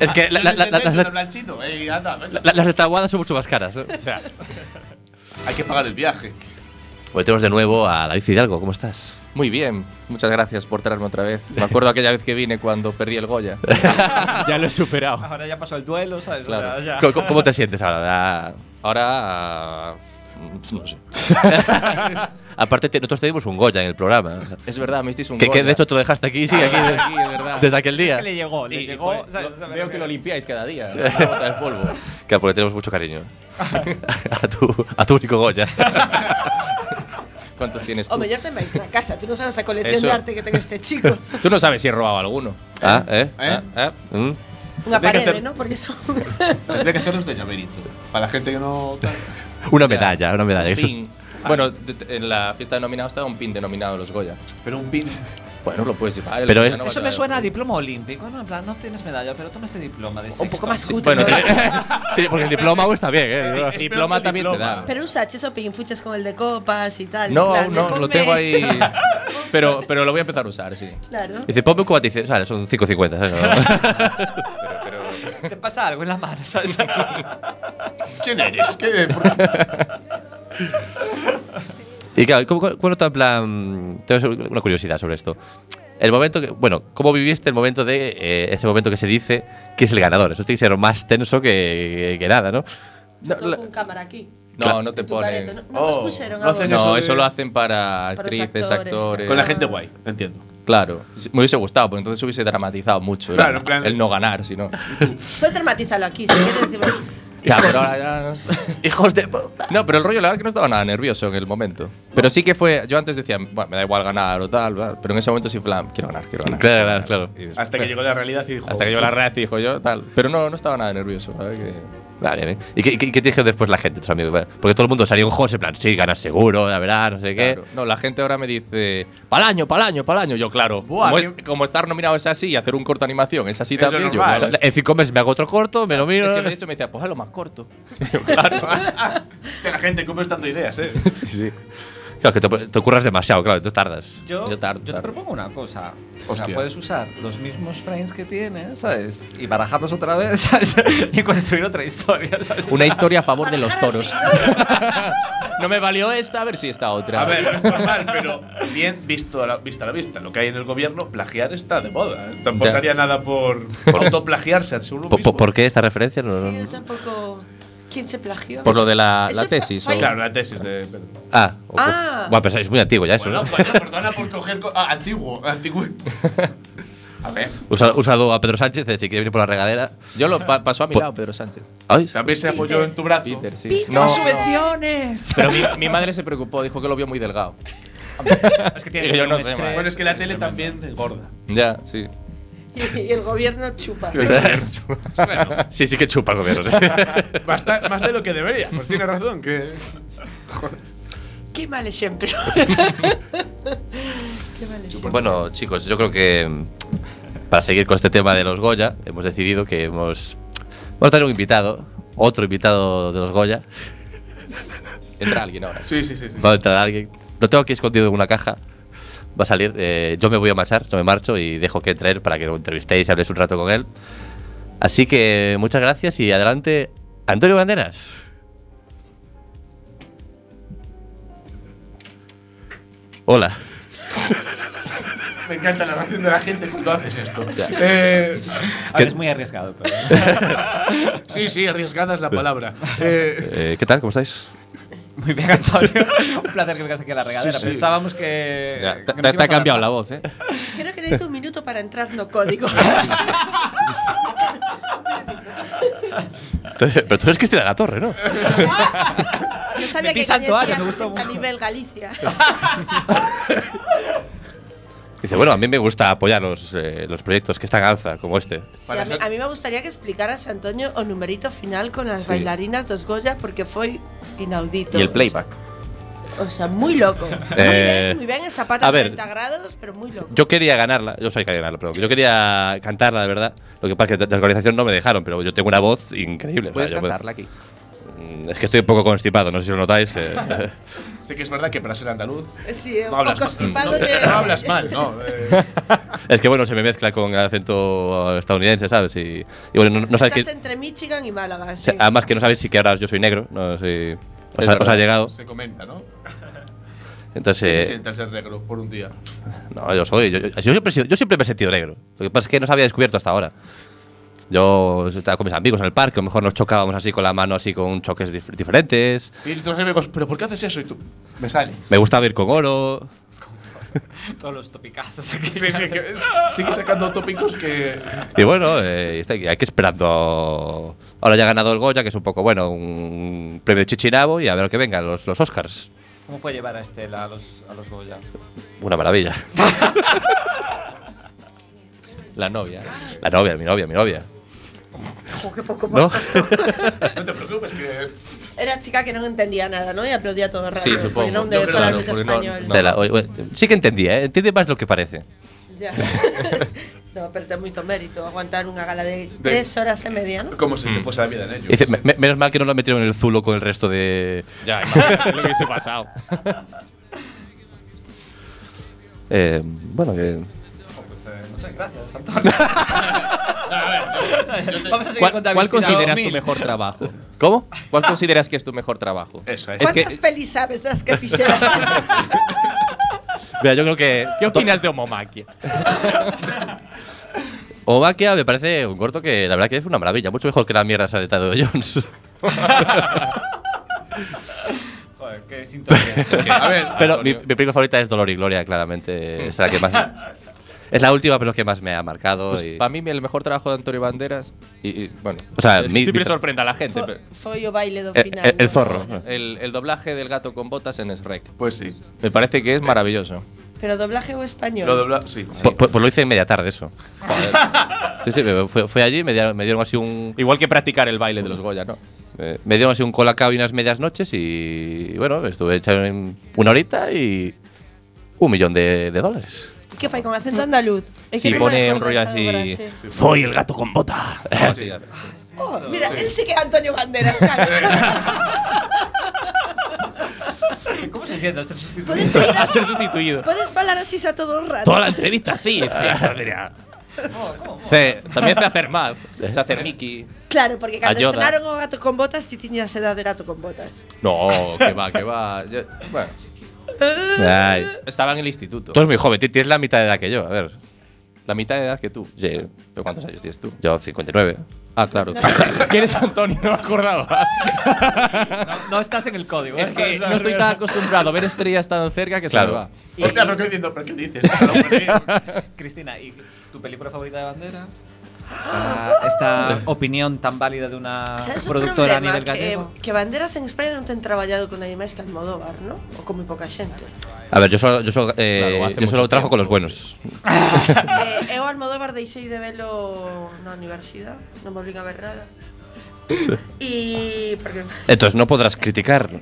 Speaker 4: es que la- la- la- la- las,
Speaker 5: hablar chino. Ey, anda, venga.
Speaker 4: la- las retaguadas son mucho más caras. ¿eh?
Speaker 5: Hay que pagar el viaje.
Speaker 4: Hoy tenemos de nuevo a David Fidalgo, ¿cómo estás?
Speaker 8: Muy bien, muchas gracias por traerme otra vez. Me acuerdo aquella vez que vine cuando perdí el Goya.
Speaker 9: Ya lo he superado.
Speaker 6: Ahora ya pasó el duelo, ¿sabes? O sea,
Speaker 4: Claro.
Speaker 6: ya.
Speaker 4: ¿Cómo- ¿Cómo, cómo te sientes ahora? Ah,
Speaker 8: Ahora. mm, No sé.
Speaker 4: Aparte, te- nosotros te dimos un Goya en el programa.
Speaker 8: Es verdad, me hicisteis un
Speaker 4: Que, que
Speaker 8: Goya.
Speaker 4: de hecho tú lo dejaste aquí, sí, aquí, de-
Speaker 8: Aquí, de verdad.
Speaker 4: desde aquel día.
Speaker 6: Es que le llegó, le
Speaker 8: Y,
Speaker 6: llegó.
Speaker 8: joder,
Speaker 6: ¿sabes?
Speaker 8: lo-
Speaker 6: O sea,
Speaker 8: veo que lo limpiáis cada día.
Speaker 4: La bota del polvo. Claro, porque tenemos mucho cariño. ¿eh? a, tu, a tu único Goya.
Speaker 8: ¿Cuántos tienes tú?
Speaker 7: O mellor ten máis na casa, tú non sabes a colección
Speaker 8: Eso.
Speaker 7: de arte que ten este chico.
Speaker 8: Tú no sabes si he robado alguno.
Speaker 4: ah, ¿eh?
Speaker 5: ¿Eh?
Speaker 4: Ah, ¿eh? Mm.
Speaker 5: Tendría
Speaker 7: Unha
Speaker 5: que
Speaker 7: parede,
Speaker 5: hacer-
Speaker 7: non? Porque son
Speaker 5: Tendré que hacerlos de llaverito. Para la gente que no.
Speaker 4: Una medalla, una medalla. Eso es-
Speaker 8: Pin. Bueno, de- de- en la fiesta de nominados estaba un pin denominado los Goya.
Speaker 5: Pero un pin.
Speaker 8: Bueno, lo puedes llevar. el
Speaker 4: Pero
Speaker 8: Goya
Speaker 4: es-
Speaker 8: no va
Speaker 6: Eso
Speaker 8: a
Speaker 6: me
Speaker 8: traer.
Speaker 6: suena a diploma olímpico, ¿no? En plan, no tienes medalla, pero toma este diploma de sexto.
Speaker 7: un pouco máis
Speaker 8: Sí,
Speaker 7: cutre.
Speaker 4: Bueno, sí, porque el diploma aún está bien, ¿eh?
Speaker 5: Espero
Speaker 8: Diploma
Speaker 5: que
Speaker 8: también te
Speaker 5: diploma.
Speaker 8: dan.
Speaker 7: Pero usaches o pin fuches con el de copas y tal. en
Speaker 8: No,
Speaker 7: plan,
Speaker 8: aún
Speaker 7: de
Speaker 8: no, lo
Speaker 7: ponme-
Speaker 8: tengo ahí. Pero, pero lo voy a empezar a usar, sí.
Speaker 7: Claro.
Speaker 4: Dice, ponme un cuate, dice, o sea, son 5.50, ¿sabes?
Speaker 8: Pero, pero-
Speaker 6: Te pasa algo en la mano, ¿sabes?
Speaker 5: ¿Quién eres? ¿Qué?
Speaker 4: y claro, ¿cómo- cu- ¿cuál otro en plan? Tengo una curiosidad sobre esto. El momento que, bueno, ¿cómo viviste el momento de eh, ese momento que se dice que es el ganador? Eso tiene que ser más tenso que, que nada, ¿no?
Speaker 8: No,
Speaker 7: No,
Speaker 8: la-
Speaker 7: con cámara aquí.
Speaker 8: no, no te
Speaker 7: Tu careto.
Speaker 8: ponen.
Speaker 7: No, no nos pusieron
Speaker 5: no hacen
Speaker 7: algo.
Speaker 8: No,
Speaker 5: de-
Speaker 8: eso lo hacen para
Speaker 7: Para los
Speaker 8: actrices,
Speaker 7: actores.
Speaker 8: actores.
Speaker 5: Con la gente guay, entiendo.
Speaker 8: Claro, Sí, me hubiese gustado, pero entonces hubiese dramatizado mucho el-
Speaker 5: Claro, en plan-
Speaker 8: el no ganar, si no.
Speaker 7: Puedes dramatizarlo aquí, si quieres decimos.
Speaker 8: Ya, pero ahora ya-
Speaker 4: ¡Hijos de puta!
Speaker 8: No, pero el rollo, la verdad, que no estaba nada nervioso en el momento. Pero sí que fue. Yo antes decía, "Buah, me da igual ganar o tal, tal", pero en ese momento sí, en plan, quiero ganar, quiero ganar.
Speaker 4: Claro, claro,
Speaker 8: quiero ganar.
Speaker 4: claro.
Speaker 8: Y después-
Speaker 5: Hasta que llegó la realidad y dijo.
Speaker 8: hasta que llegó la red, dijo yo, tal. Pero no, no estaba nada nervioso. la verdad que-
Speaker 4: Vale, bien. ¿eh? ¿Y qué, qué- qué te dijeron después la gente, tus amigos? Bueno, Porque todo el mundo salía un José, en plan, sí, ganas seguro, la verdad, no sé qué.
Speaker 8: Claro. No, la gente ahora me dice, palaño, palaño, palaño. Yo, claro,
Speaker 5: Buah,
Speaker 8: como,
Speaker 5: qué-
Speaker 8: como estar nominado es así y hacer un corto animación es así
Speaker 5: Eso
Speaker 8: también.
Speaker 5: es
Speaker 8: yo,
Speaker 5: normal.
Speaker 8: vale.
Speaker 4: En cinco meses me hago otro corto, me lo miro.
Speaker 8: Es que de hecho me decía, pues hazlo más corto.
Speaker 5: Hostia, la gente compra tanto ideas, ¿eh?
Speaker 8: sí, sí.
Speaker 4: Claro, que te, te ocurras demasiado, claro, tú tardas.
Speaker 6: Yo,
Speaker 8: Yo
Speaker 6: yo,
Speaker 8: tardo,
Speaker 6: te
Speaker 8: tardo.
Speaker 6: propongo una cosa. O
Speaker 5: Hostia.
Speaker 6: sea, puedes usar los mismos frames que tienes, ¿sabes? Y barajarlos otra vez, ¿sabes? Y construir otra historia, ¿sabes?
Speaker 8: Una historia a favor de los
Speaker 7: Barajar
Speaker 8: toros. no me valió esta, a ver si esta otra.
Speaker 5: A ver, no es por mal, pero bien visto a la, visto a la vista lo que hay en el gobierno, plagiar está de moda. ¿eh? Tampoco
Speaker 4: Ya.
Speaker 5: sería nada por autoplagiarse a uno
Speaker 4: ¿Por,
Speaker 5: mismo.
Speaker 4: por- por qué esta referencia? No, no-
Speaker 7: Sí, yo tampoco. ¿Quién se plagió?
Speaker 4: Por lo de la,
Speaker 7: Eso
Speaker 4: la
Speaker 7: fue-
Speaker 4: tesis.
Speaker 7: fue-
Speaker 4: o-
Speaker 5: Claro, la tesis de Pedro.
Speaker 4: Ah, o-
Speaker 7: Ah.
Speaker 4: Bueno, pero es muy antiguo ya eso,
Speaker 5: Bueno,
Speaker 4: ¿no?
Speaker 5: bueno, perdona por coger. co- ah, antiguo, antiguo. A ver.
Speaker 4: Usa- Usado a Pedro Sánchez, eh, si quiere venir por la regadera.
Speaker 8: Yo lo pa- pasó a mi
Speaker 4: Po-
Speaker 8: lado, Pedro Sánchez.
Speaker 4: Ay,
Speaker 5: También se apoyó en tu brazo.
Speaker 8: Peter, sí.
Speaker 7: Peter.
Speaker 8: No,
Speaker 6: ¡Subvenciones!
Speaker 8: pero mi, mi madre se preocupó, dijo que lo vio muy delgado.
Speaker 9: Es que tiene
Speaker 8: Yo
Speaker 9: que
Speaker 8: no
Speaker 9: un
Speaker 8: sé,
Speaker 9: estrés.
Speaker 8: man.
Speaker 5: Bueno, es que la tele también engorda.
Speaker 8: Ya, sí.
Speaker 7: Y, y el gobierno chupa.
Speaker 4: sí, sí que chupa el gobierno. sí.
Speaker 5: Basta- más de lo que debería. Pues tiene razón. que
Speaker 7: Qué mal ejemplo. Qué mal ejemplo.
Speaker 4: bueno, chicos, yo creo que mm, para seguir con este tema de los Goya, hemos decidido que hemos. Vamos a tener un invitado, otro invitado de los Goya.
Speaker 8: Entra alguien ahora.
Speaker 5: Sí, sí, sí. sí.
Speaker 4: Va a entrar alguien. Lo tengo aquí escondido en una caja. Va a salir. eh, yo me voy a marchar, yo me marcho y dejo que entre él para que lo entrevistéis y habléis un rato con él. Así que muchas gracias y adelante, Antonio Banderas. Hola.
Speaker 5: Me encanta la reacción de la gente cuando haces esto. Eh,
Speaker 6: A ver, es muy arriesgado, pero.
Speaker 5: sí, sí, arriesgada es la palabra. Eh,
Speaker 4: Eh, ¿Qué tal? ¿Cómo estáis?
Speaker 6: Muy bien, Antonio. Un placer que vengas aquí a la regadera.
Speaker 5: Sí, sí.
Speaker 6: Pensábamos que.
Speaker 4: Ya,
Speaker 6: Eh,
Speaker 4: te-
Speaker 6: que nos
Speaker 4: te-
Speaker 6: ibas
Speaker 4: te ha
Speaker 6: a dar-
Speaker 4: cambiado la voz, ¿eh?
Speaker 7: Creo que necesito un minuto para entrar no código.
Speaker 4: Pero tú eres Cristina de la Torre, ¿no?
Speaker 7: No sabía
Speaker 6: Me
Speaker 7: que
Speaker 6: pisan toallas,
Speaker 7: conocías
Speaker 6: me gusta
Speaker 7: a
Speaker 6: mucho.
Speaker 7: nivel Galicia.
Speaker 4: Dice, bueno, a mí me gusta apoyar los, eh, los proyectos que están en alza, como este.
Speaker 7: Sí, a, mí, a mí me gustaría que explicaras, Antonio, o numerito final con las bailarinas dos Goya, porque fue inaudito.
Speaker 8: Y el playback.
Speaker 7: O sea, muy loco.
Speaker 4: Eh,
Speaker 7: muy bien, muy bien, esa pata
Speaker 4: a
Speaker 7: a
Speaker 4: ver.
Speaker 7: 30 grados, pero muy loco.
Speaker 4: Yo quería ganarla, yo soy que ganarla, pero yo quería cantarla, de verdad. Lo que pasa es que la organización no me dejaron, pero yo tengo una voz increíble.
Speaker 8: Puedes
Speaker 4: Yo puedo-
Speaker 8: cantarla aquí.
Speaker 4: Mm, Es que estoy un poco constipado, no sé si lo notáis. eh.
Speaker 5: sé que es verdad que para ser andaluz.
Speaker 7: Sí, eh,
Speaker 5: No
Speaker 7: un
Speaker 5: hablas,
Speaker 7: poco
Speaker 5: mal,
Speaker 7: estipado
Speaker 5: no,
Speaker 7: de-
Speaker 5: no hablas mal, no. eh,
Speaker 4: es que bueno, se me mezcla con el acento estadounidense, ¿sabes? Y, y, bueno, no, no sabes
Speaker 7: Estás
Speaker 4: que.
Speaker 7: entre Michigan y Málaga.
Speaker 4: o
Speaker 7: sí.
Speaker 4: sea, Además que no sabéis si que ahora yo soy negro, no sé si os, ha- os
Speaker 8: Es
Speaker 4: ha
Speaker 8: verdad.
Speaker 4: llegado.
Speaker 5: se comenta, ¿no? ¿Qué se
Speaker 4: Entonces, eh,
Speaker 5: siente al ser negro por un día?
Speaker 4: no, yo soy. Yo, yo- yo siempre, he sido- yo siempre me he sentido negro. Lo que pasa es que no se había descubierto hasta ahora. Yo estaba con mis amigos en el parque, a lo mejor nos chocábamos así con la mano, así con choques dif- diferentes.
Speaker 5: Y los amigos, ¿pero por qué haces eso? Y tú, me sale.
Speaker 4: Me gustaba ir con oro.
Speaker 6: Todos los topicazos aquí.
Speaker 5: Sí, sí, que sigue sacando tópicos que.
Speaker 4: Y bueno, eh, estoy aquí esperando. Ahora ya ha ganado el Goya, que es un poco, bueno, un premio de Chichinabo y a ver lo que venga, los, los Oscars.
Speaker 6: ¿Cómo fue llevar a Estela a los, a los Goya?
Speaker 4: Una maravilla.
Speaker 8: La novia.
Speaker 4: La novia, mi novia, mi novia.
Speaker 7: Ojo, qué poco
Speaker 4: ¿No?
Speaker 7: más-
Speaker 5: No te preocupes, que.
Speaker 7: Era chica que no entendía nada, ¿no? Y aplaudía todo el rato.
Speaker 8: Sí,
Speaker 7: porque
Speaker 8: supongo.
Speaker 7: Era un
Speaker 8: Yo
Speaker 7: deber
Speaker 8: creo
Speaker 7: para
Speaker 8: que no,
Speaker 7: los
Speaker 8: porque no-
Speaker 7: españoles.
Speaker 4: Estela, oye, oye, sí que entendía, ¿eh? entiende más lo que parece.
Speaker 7: Ya. no, pero ten moito mérito aguantar unha gala de 3 horas e media, ¿no?
Speaker 5: Como si te fuese la vida en ello.
Speaker 4: Mm. Dice, "Me- me- menos mal que no lo metieron en el zulo con el resto de.
Speaker 9: Ya,
Speaker 8: Ah,
Speaker 9: imagínate lo que hubiese pasado.
Speaker 4: eh, bueno, que.
Speaker 6: No sé, gracias, Antonio. Vamos a seguir
Speaker 8: ¿Cuál,
Speaker 6: con
Speaker 8: cuál
Speaker 6: David.
Speaker 8: consideras tu
Speaker 6: Mil.
Speaker 8: mejor trabajo?
Speaker 4: ¿Cómo?
Speaker 8: ¿Cuál consideras que es tu mejor trabajo?
Speaker 5: Eso, eso.
Speaker 8: Es que,
Speaker 7: ¿Cuántas pelis sabes das que fixeras?
Speaker 4: Mira, yo creo que.
Speaker 9: ¿Qué opinas de Homomaquia?
Speaker 8: Pues,
Speaker 4: Ovaquia me parece un corto que la verdad que es una maravilla, mucho mejor que la mierda esa de Tadeo Jones.
Speaker 6: Joder, qué sintonía.
Speaker 5: A ver,
Speaker 4: Pero mi, mi película favorita es Dolor y Gloria, claramente. Es la que más. es la última, pero que más me ha marcado. y-
Speaker 8: para Pues mí el mejor trabajo de Antonio Banderas y, y, bueno,
Speaker 4: o sea,
Speaker 9: Es que
Speaker 4: mi- mi
Speaker 9: siempre
Speaker 4: tra-
Speaker 9: sorprende a la gente.
Speaker 7: Fo-
Speaker 9: pero-
Speaker 7: Foi o baile do
Speaker 4: eh,
Speaker 7: final.
Speaker 4: eh, el
Speaker 7: ¿no?
Speaker 4: zorro.
Speaker 8: el, el doblaje del gato con botas en Shrek.
Speaker 5: pues sí.
Speaker 8: Me parece que es maravilloso.
Speaker 7: Pero doblaje o español.
Speaker 5: Lo dobla. Sí.
Speaker 4: Pu- pu- Pues, lo hice en media tarde, eso. Sí, sí, me- fue, fue allí, me dieron, me dieron así un.
Speaker 9: Igual que practicar el baile de los
Speaker 8: Los
Speaker 9: Goya.
Speaker 8: Goya, ¿no?
Speaker 4: eh, Me dieron así un colacao y unas medias noches y. y bueno, estuve echando en una horita y. Un millón de, de dólares.
Speaker 7: E que fai con acento andaluz? É
Speaker 4: Sí,
Speaker 7: non
Speaker 4: pone
Speaker 7: me
Speaker 4: un
Speaker 7: acordo
Speaker 4: rollo
Speaker 7: esa
Speaker 4: así.
Speaker 7: dobra, sí.
Speaker 4: Soy el gato con bota.
Speaker 8: Sí, ya.
Speaker 7: Oh, mira, él sí que é Antonio Banderas, cara.
Speaker 6: ¿Cómo se siente ser sustituido?
Speaker 7: Podes seguir
Speaker 9: A
Speaker 7: a-
Speaker 9: ser sustituido.
Speaker 7: Podes falar así xa todo o rato.
Speaker 4: Toda la entrevista, sí.
Speaker 8: Ah.
Speaker 9: Ce- También se hacer más. Se hacer Mickey.
Speaker 7: Claro, porque cando
Speaker 9: A Yoda.
Speaker 7: estrenaron o Gato con Botas, ti tiñas edad de Gato con Botas.
Speaker 8: No, Oh, que va, que va. Yo- bueno,
Speaker 4: Ay,
Speaker 8: estaba en el instituto.
Speaker 4: tú eres muy joven, ti- tienes la mitad de edad que yo. A ver,
Speaker 8: La mitad de edad que tú.
Speaker 4: Sí.
Speaker 8: ¿Pero cuántos años tienes tú?
Speaker 4: yo 59. Ah, claro.
Speaker 9: ¿Quién es Antonio? No me acordaba.
Speaker 6: No estás en el código. ¿eh?
Speaker 4: Es que no estoy tan acostumbrado a ver estrellas tan cerca que
Speaker 2: Claro.
Speaker 4: se me va.
Speaker 5: Hostia, no creciendo, Pues pero ¿qué dices? Hasta lo perdí.
Speaker 6: Cristina, ¿y tu película favorita de banderas? Esta, esta opinión tan válida de una
Speaker 7: ¿Sabes o
Speaker 6: productora a
Speaker 7: problema?
Speaker 6: nivel gallego.
Speaker 7: Que, que banderas en España non ten traballado con nadie máis que Almodóvar, ¿no? O con moi poca xente.
Speaker 4: A ver, yo solo, yo solo, eh,
Speaker 9: Claro, hace
Speaker 4: yo solo
Speaker 9: mucho tiempo.
Speaker 4: trabajo con los buenos.
Speaker 7: eh, eu Almodóvar deixei de velo na universidade, non me obliga a ver nada. E porque
Speaker 4: Entonces no podrás criticar.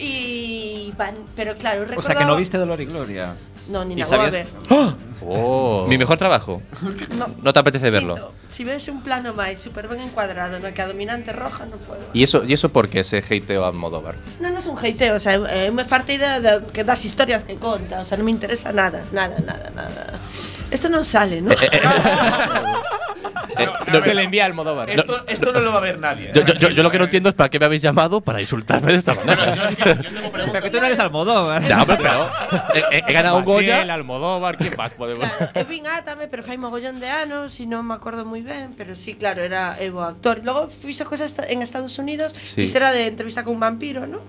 Speaker 7: e van, pero claro, eu
Speaker 6: O
Speaker 7: recordaba
Speaker 6: sea, que no viste Dolor y Gloria.
Speaker 7: No, ni
Speaker 6: y
Speaker 7: na vou a
Speaker 6: sabías-
Speaker 7: ver.
Speaker 8: Oh.
Speaker 4: Mi mejor trabajo.
Speaker 7: No.
Speaker 4: No te apetece verlo.
Speaker 7: Cito, Si ves un plano máis super ben encuadrado no que a dominante roja non podo.
Speaker 8: ¿Y eso, ¿Y eso por qué se hateó a Almodóvar?
Speaker 7: Non, non é un heiteo, o sea, eh, é unha partida da, que das historias que conta, o sea, non me interesa nada, nada, nada, nada. Esto non sale, ¿no? Ah,
Speaker 4: Eh, no,
Speaker 5: no,
Speaker 9: Se le envía al Modóvar.
Speaker 5: Esto, esto no lo va a ver nadie. ¿eh?
Speaker 4: yo, yo- yo- yo lo que no entiendo es para qué me habéis llamado para insultarme de esta manera.
Speaker 5: Yo es que yo tengo
Speaker 6: O sea,
Speaker 5: preguntas.
Speaker 6: que tú no eres Almodóvar.
Speaker 4: Ya, hombre, pero he, he ganado un
Speaker 9: Maciel,
Speaker 4: Goya.
Speaker 9: Almodóvar, ¿quién más
Speaker 4: eh,
Speaker 9: podemos?
Speaker 7: Claro, eu vin Átame, pero fai mogollón de anos e non me acordo moi ben, pero sí, claro, era eu o actor. Logo fixo cosas esta- en Estados Unidos,
Speaker 4: Sí.
Speaker 7: fixera de entrevista con un vampiro, ¿no?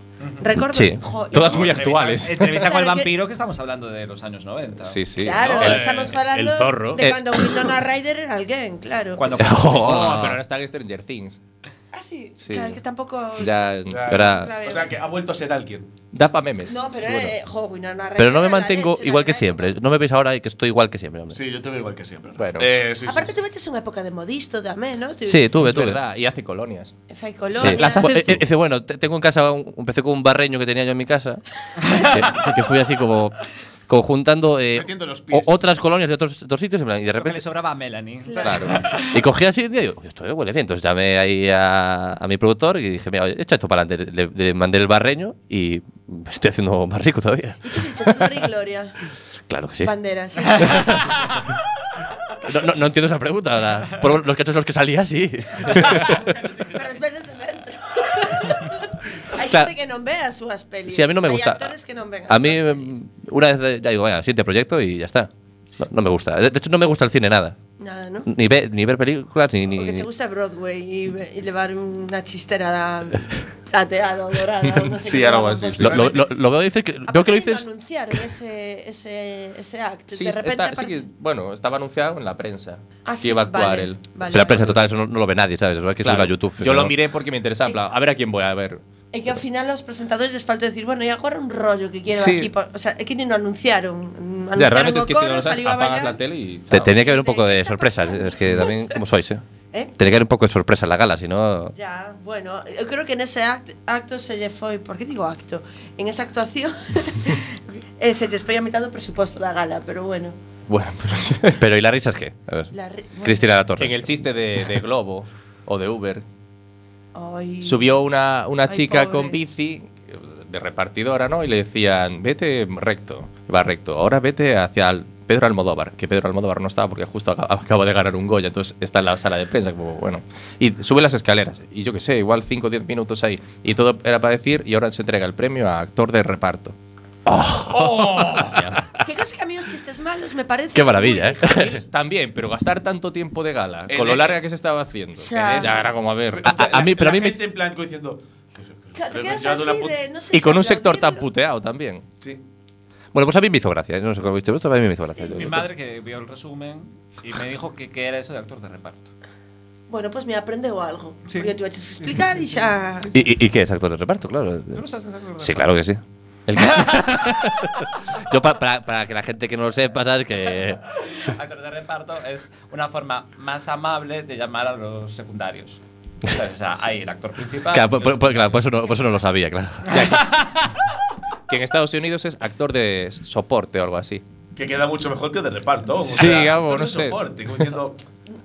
Speaker 7: Recordo.
Speaker 4: Sí.
Speaker 7: Jo, e-
Speaker 9: Todas muy actuales.
Speaker 6: Entrevista con el
Speaker 7: Claro que-
Speaker 6: vampiro que estamos hablando de los años 90.
Speaker 8: Sí, sí.
Speaker 7: Claro,
Speaker 8: ¿no?
Speaker 9: El-
Speaker 7: estamos
Speaker 9: el
Speaker 7: falando
Speaker 9: zorro.
Speaker 7: de
Speaker 4: Eh.
Speaker 7: cando Winona Ryder era alguén, claro.
Speaker 6: Cuando
Speaker 8: Oh,
Speaker 4: Oh.
Speaker 8: pero ahora está en Stranger Things.
Speaker 7: Ah, sí,
Speaker 8: Sí.
Speaker 7: claro, que tampouco...
Speaker 4: Ya,
Speaker 5: Claro.
Speaker 4: ahora-
Speaker 7: Claro.
Speaker 5: O sea, que ha vuelto a ser alguien.
Speaker 8: Da pa' memes.
Speaker 7: No, pero
Speaker 8: seguro.
Speaker 7: eh, jo, Winona Ryder
Speaker 4: Pero no me
Speaker 7: era la
Speaker 4: mantengo
Speaker 7: leche,
Speaker 4: igual que
Speaker 7: daquela
Speaker 4: siempre.
Speaker 7: época.
Speaker 4: No me veis ahora y que estoy igual que siempre. hombre.
Speaker 5: Sí, yo te veo igual que siempre. Rafa.
Speaker 8: Bueno.
Speaker 5: Eh, sí, sí,
Speaker 7: Aparte
Speaker 5: sí.
Speaker 7: te metes unha época de modisto tamén, ¿no?
Speaker 4: Sí, tuve,
Speaker 8: es
Speaker 4: tuve.
Speaker 8: verdad, y hace colonias.
Speaker 7: Fai
Speaker 4: Sí.
Speaker 7: colonia.
Speaker 4: Las haces tú. Eh, dice, bueno, te- tengo en casa, un, empecé con un barreño que tenía yo en mi casa, que, que fui así como, como juntando eh,
Speaker 5: Metiendo los
Speaker 4: o-
Speaker 5: pies.
Speaker 4: otras colonias de otros, otros sitios en plan, y de
Speaker 6: Lo que le
Speaker 4: repente...
Speaker 6: sobraba a Melanie.
Speaker 4: Claro. Y cogí así un día y digo, esto huele bien. Entonces llamé ahí a, a mi productor y dije, mira, oye, echa esto para adelante. Le, le mandé el barreño y me estoy haciendo más rico todavía.
Speaker 7: Dolor y Gloria.
Speaker 4: Claro que sí.
Speaker 7: Banderas. sí.
Speaker 4: No, no- no entiendo esa pregunta. la- Por los cachos en los que salía, sí.
Speaker 7: Pero as veces de dentro. Hai
Speaker 4: Claro.
Speaker 7: xente que non ve as súas pelis.
Speaker 4: Sí, a mí no me gusta.
Speaker 7: Hai actores que non ven as
Speaker 4: A mí,
Speaker 7: súas pelis.
Speaker 4: mm, una vez de- ya digo, vaya, siguiente proyecto y ya está. No, no me gusta. De de hecho, no me gusta el cine nada.
Speaker 7: Nada, ¿no?
Speaker 4: Ni, ver- ni ver películas, ni.
Speaker 7: Porque te
Speaker 4: ni...
Speaker 7: gusta Broadway y, ve- y levar unha chistera da, plateada ou dorada. ou non sei
Speaker 8: Sí,
Speaker 7: que
Speaker 8: algo
Speaker 7: llaman,
Speaker 8: así,
Speaker 7: porque-
Speaker 8: sí.
Speaker 4: Lo, lo- lo- lo veo, dices que, veo que
Speaker 7: Aparte
Speaker 4: lo
Speaker 7: lo
Speaker 4: dices.
Speaker 7: anunciaron ese, ese, ese act.
Speaker 8: Sí,
Speaker 7: de repente
Speaker 8: está- sí
Speaker 7: aparte-
Speaker 8: que, bueno, estaba anunciado en la prensa
Speaker 7: Ah,
Speaker 8: que
Speaker 7: sí,
Speaker 8: iba a actuar
Speaker 7: vale,
Speaker 8: él.
Speaker 7: vale,
Speaker 4: Si la prensa
Speaker 7: vale.
Speaker 4: total, eso no, no lo ve nadie, ¿sabes? Eso hay que subirlo a YouTube. si
Speaker 8: Yo lo
Speaker 4: no-
Speaker 8: miré porque me interesaba, en plan, a ver a quién voy a ver.
Speaker 7: É que ao final aos presentadores les falta decir, bueno, e agora un rollo que quero
Speaker 8: Sí.
Speaker 7: aquí, po- o sea, é que nin o anunciaron. Mm,
Speaker 8: Ya,
Speaker 7: Anunciaron
Speaker 8: realmente
Speaker 7: o
Speaker 8: es que si no
Speaker 7: coro,
Speaker 8: lo sabes,
Speaker 7: saliu a
Speaker 8: apagas
Speaker 7: bailar.
Speaker 8: la tele y
Speaker 4: Te-
Speaker 8: chao.
Speaker 4: tenía que haber un
Speaker 7: Dice,
Speaker 4: poco
Speaker 7: "¿Qué
Speaker 4: de
Speaker 7: está
Speaker 4: sorpresa.
Speaker 7: pasando?".
Speaker 4: Es que también, como sois, ¿eh?
Speaker 7: Eh?
Speaker 4: Tenía que haber un poco de sorpresa en la gala, si no.
Speaker 7: Ya, bueno, eu creo que nese act, acto se lle foi, por que digo acto? En esa actuación eh, se lles foi a mitad do presuposto da gala, pero bueno.
Speaker 8: Bueno, pero
Speaker 4: Pero ¿y la risa es qué? A ver.
Speaker 7: La re- bueno.
Speaker 4: Cristina La Torre.
Speaker 8: en el chiste de, de Globo o de Uber,
Speaker 7: Ay.
Speaker 8: subió una, una
Speaker 7: Ay,
Speaker 8: chica
Speaker 7: pobre.
Speaker 8: con bici de repartidora, ¿no? Y le decían, vete recto, va recto, ahora vete hacia el Pedro Almodóvar, que Pedro Almodóvar no estaba porque justo aca- acaba de ganar un Goya, entonces está en la sala de prensa, como bueno. Y sube las escaleras, y yo qué sé, igual 5 o 10 minutos ahí, y todo era para decir, y ahora se entrega el premio a actor de reparto.
Speaker 7: Que cosa que a mí os chistes malos me parece.
Speaker 4: ¡Oh! Qué maravilla, ¿eh?
Speaker 8: También, pero gastar tanto tiempo de gala,
Speaker 5: En
Speaker 8: con lo
Speaker 5: el-
Speaker 8: larga que se estaba haciendo,
Speaker 7: Ya.
Speaker 8: ya era como a ver.
Speaker 4: a- a mí- pero a mí
Speaker 5: la
Speaker 4: me-
Speaker 5: gente en plan como diciendo. que se- que
Speaker 7: Claro, te
Speaker 5: se-
Speaker 7: quedas
Speaker 5: ya de una
Speaker 7: así
Speaker 5: puta-
Speaker 7: de, no sé
Speaker 8: Y
Speaker 7: si
Speaker 8: con un sector tan
Speaker 7: aplaudirlo.
Speaker 8: puteado también.
Speaker 5: Sí.
Speaker 4: Bueno, pues a mí me hizo gracia. ¿eh? No sé cómo lo viste, pero a mí me hizo gracia.
Speaker 6: Mi madre que vio el resumen y me dijo que qué era eso de actor de reparto.
Speaker 7: Bueno, pues me aprendeu algo.
Speaker 6: Sí.
Speaker 7: Porque eu te vais a explicar e xa...
Speaker 4: ¿Y, y, y qué es actor de reparto? Claro.
Speaker 6: ¿Tú no sabes qué es actor de reparto?
Speaker 4: Sí, claro que sí. Yo, pa- para, para que la gente que no lo sepa, sabes que.
Speaker 6: Actor de reparto es una forma más amable de llamar a los secundarios. ¿Sabes? O sea, hay el actor principal.
Speaker 4: Claro, por,
Speaker 6: los-
Speaker 4: por- pues, claro, por eso no, por eso no lo sabía, claro.
Speaker 8: Que en Estados Unidos es actor de soporte o algo así.
Speaker 5: Que queda mucho mejor que de reparto.
Speaker 8: Sí, Gabo,
Speaker 5: actor de
Speaker 8: no sé.
Speaker 5: soporte, como diciendo,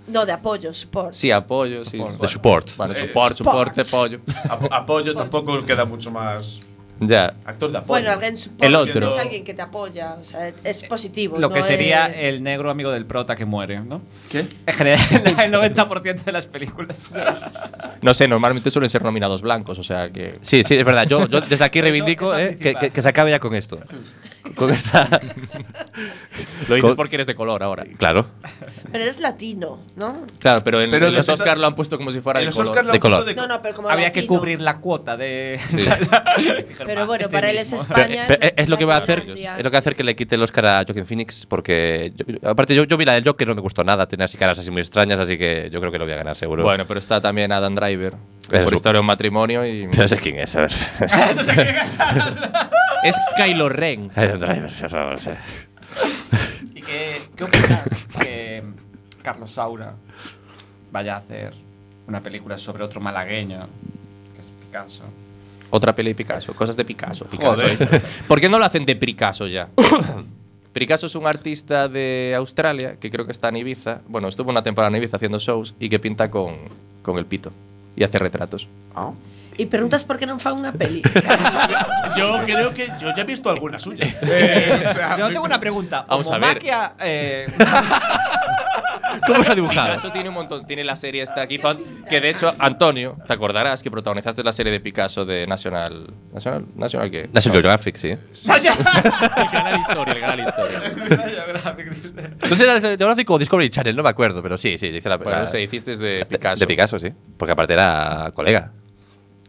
Speaker 7: No, de apoyo, support.
Speaker 8: Sí, apoyo, sí.
Speaker 4: De support.
Speaker 8: Bueno,
Speaker 5: Eh,
Speaker 8: support,
Speaker 7: support.
Speaker 8: soporte, apoyo.
Speaker 5: apo- apoyo tampoco queda mucho más.
Speaker 8: Ya.
Speaker 5: Actor de apoyo.
Speaker 7: Bueno, alguén support.
Speaker 8: El otro.
Speaker 7: Es alguén que te apoya, o sea, es positivo.
Speaker 6: Lo
Speaker 7: no
Speaker 6: que sería
Speaker 7: es-
Speaker 6: el negro amigo del prota que muere, ¿no? ¿Qué? En general, el 90% de las películas.
Speaker 8: No sé, normalmente suelen ser nominados blancos, o sea que.
Speaker 4: Sí, sí, es verdad. Yo, yo desde aquí reivindico
Speaker 6: eso
Speaker 4: eh, que,
Speaker 6: anticipa.
Speaker 4: que- que se acabe ya con esto. con esta.
Speaker 9: Lo dices
Speaker 4: Con-
Speaker 9: porque eres de color ahora.
Speaker 4: Claro.
Speaker 7: Pero eres latino, ¿no?
Speaker 4: Claro, pero
Speaker 8: en
Speaker 5: Pero
Speaker 8: los,
Speaker 5: los
Speaker 8: Oscar
Speaker 5: Oscar-
Speaker 8: lo han puesto como si fuera
Speaker 5: En
Speaker 8: de
Speaker 5: los
Speaker 8: color.
Speaker 5: Oscar lo
Speaker 4: de
Speaker 5: han puesto
Speaker 4: color.
Speaker 5: de
Speaker 7: No, no, pero como
Speaker 6: Había que
Speaker 7: latino.
Speaker 6: cubrir la cuota de. Este
Speaker 7: Pero bueno, para él es
Speaker 4: Pero-
Speaker 7: España.
Speaker 4: este pero es lo que va a hacer,
Speaker 7: Latinoamérica.
Speaker 4: es lo que va a hacer que le quite el Oscar a Joaquin Phoenix porque yo- yo- aparte yo, yo vi la del Joker no me gustó nada, tenía así caras así muy extrañas, así que yo creo que lo voy a ganar seguro.
Speaker 8: Bueno, pero está también Adam Driver.
Speaker 4: Eso.
Speaker 8: Por historia de un matrimonio y.
Speaker 4: Pero no sé quién es, a ver.
Speaker 9: Es Kylo Ren.
Speaker 4: Adam Driver, por favor, o sea.
Speaker 6: ¿Y qué, qué opinas que Carlos Saura vaya a hacer una película sobre otro malagueño, que es Picasso?
Speaker 8: Otra peli de Picasso, cosas de Picasso. Picasso. ¿eh? ¿Por qué no lo hacen de Picasso ya? Picasso es un artista de Australia que creo que está en Ibiza. Bueno, estuvo una temporada en Ibiza haciendo shows y que pinta con, con el pito y hace retratos.
Speaker 7: Y preguntas por qué non fan unha peli.
Speaker 5: Yo creo que yo ya he visto alguna suya. Eh,
Speaker 6: Yo tengo una pregunta.
Speaker 8: Vamos a ver.
Speaker 6: Homomaquia, eh,
Speaker 4: ¿Cómo se ha dibujado?
Speaker 8: Picasso tiene un montón, tiene la serie esta aquí, fan, que de hecho, Antonio, te acordarás que protagonizaste la serie de Picasso de National. ¿National? ¿National qué?
Speaker 4: National Geographic, sí.
Speaker 9: El canal historia, el canal
Speaker 8: Pues
Speaker 9: historia.
Speaker 4: No sé, era National Geographic o Discovery Channel, no me acuerdo, pero sí, sí, dice la
Speaker 8: Bueno,
Speaker 4: la-
Speaker 8: no sé, hiciste de
Speaker 4: de-
Speaker 8: Picasso.
Speaker 4: De Picasso, sí. Porque aparte era colega.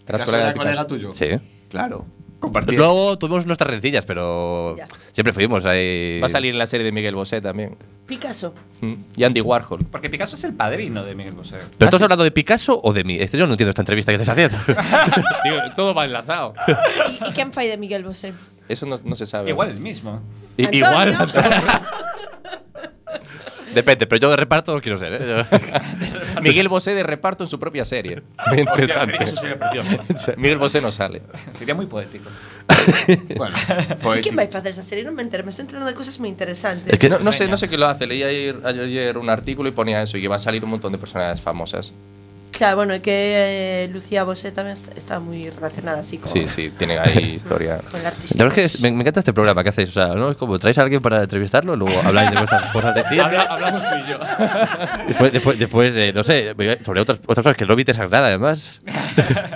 Speaker 8: Eras
Speaker 5: Picasso
Speaker 8: colega de
Speaker 5: era colega
Speaker 8: Picasso.
Speaker 5: tuyo.
Speaker 4: Sí.
Speaker 5: Claro. Compartir.
Speaker 4: Luego tuvimos nuestras rencillas, pero
Speaker 7: Ya.
Speaker 4: siempre fuimos ahí.
Speaker 8: Va a salir en la serie de Miguel Bosé también.
Speaker 7: Picasso.
Speaker 8: Mm. Y Andy Warhol.
Speaker 6: porque Picasso es el padrino de Miguel Bosé.
Speaker 4: ¿Pero estás hablando de Picasso o de mí? Este yo no entiendo esta entrevista que estás haciendo.
Speaker 8: Tío, todo va enlazado.
Speaker 7: E, e quen fai de Miguel Bosé?
Speaker 8: Eso no, no se sabe.
Speaker 6: Igual el mismo.
Speaker 9: I-
Speaker 7: Antonio.
Speaker 9: igual.
Speaker 4: Depende, pero yo de reparto no quiero ser. ¿eh?
Speaker 8: Miguel Bosé de reparto en su propia serie. Muy
Speaker 5: Hostia,
Speaker 8: interesante.
Speaker 5: sería- eso sería precioso.
Speaker 8: Miguel Bosé no sale.
Speaker 6: Sería muy poético.
Speaker 5: bueno,
Speaker 7: E quen
Speaker 5: poético.
Speaker 7: vai facer esa serie? Non me entero, me estou enterando de cosas moi interesantes.
Speaker 4: Pues Es que
Speaker 8: No, no sé, no sé qué lo hace. Leí ayer, ayer un artículo y ponía eso y que va a salir un montón de personas famosas.
Speaker 7: Claro, bueno, é que eh, Lucía Bosé tamén est- está moi relacionada así con,
Speaker 8: Sí, sí, tienen ahí historia.
Speaker 7: con la artista.
Speaker 4: La verdad es que es- me, me encanta este programa que hacéis. O sea, ¿no? Es como traéis a alguien para entrevistarlo, luego habláis de vuestras cosas de cine.
Speaker 8: hablamos tú y yo.
Speaker 4: Después, después, después, eh, no sé, sobre otras, otras cosas que no viste nada, además.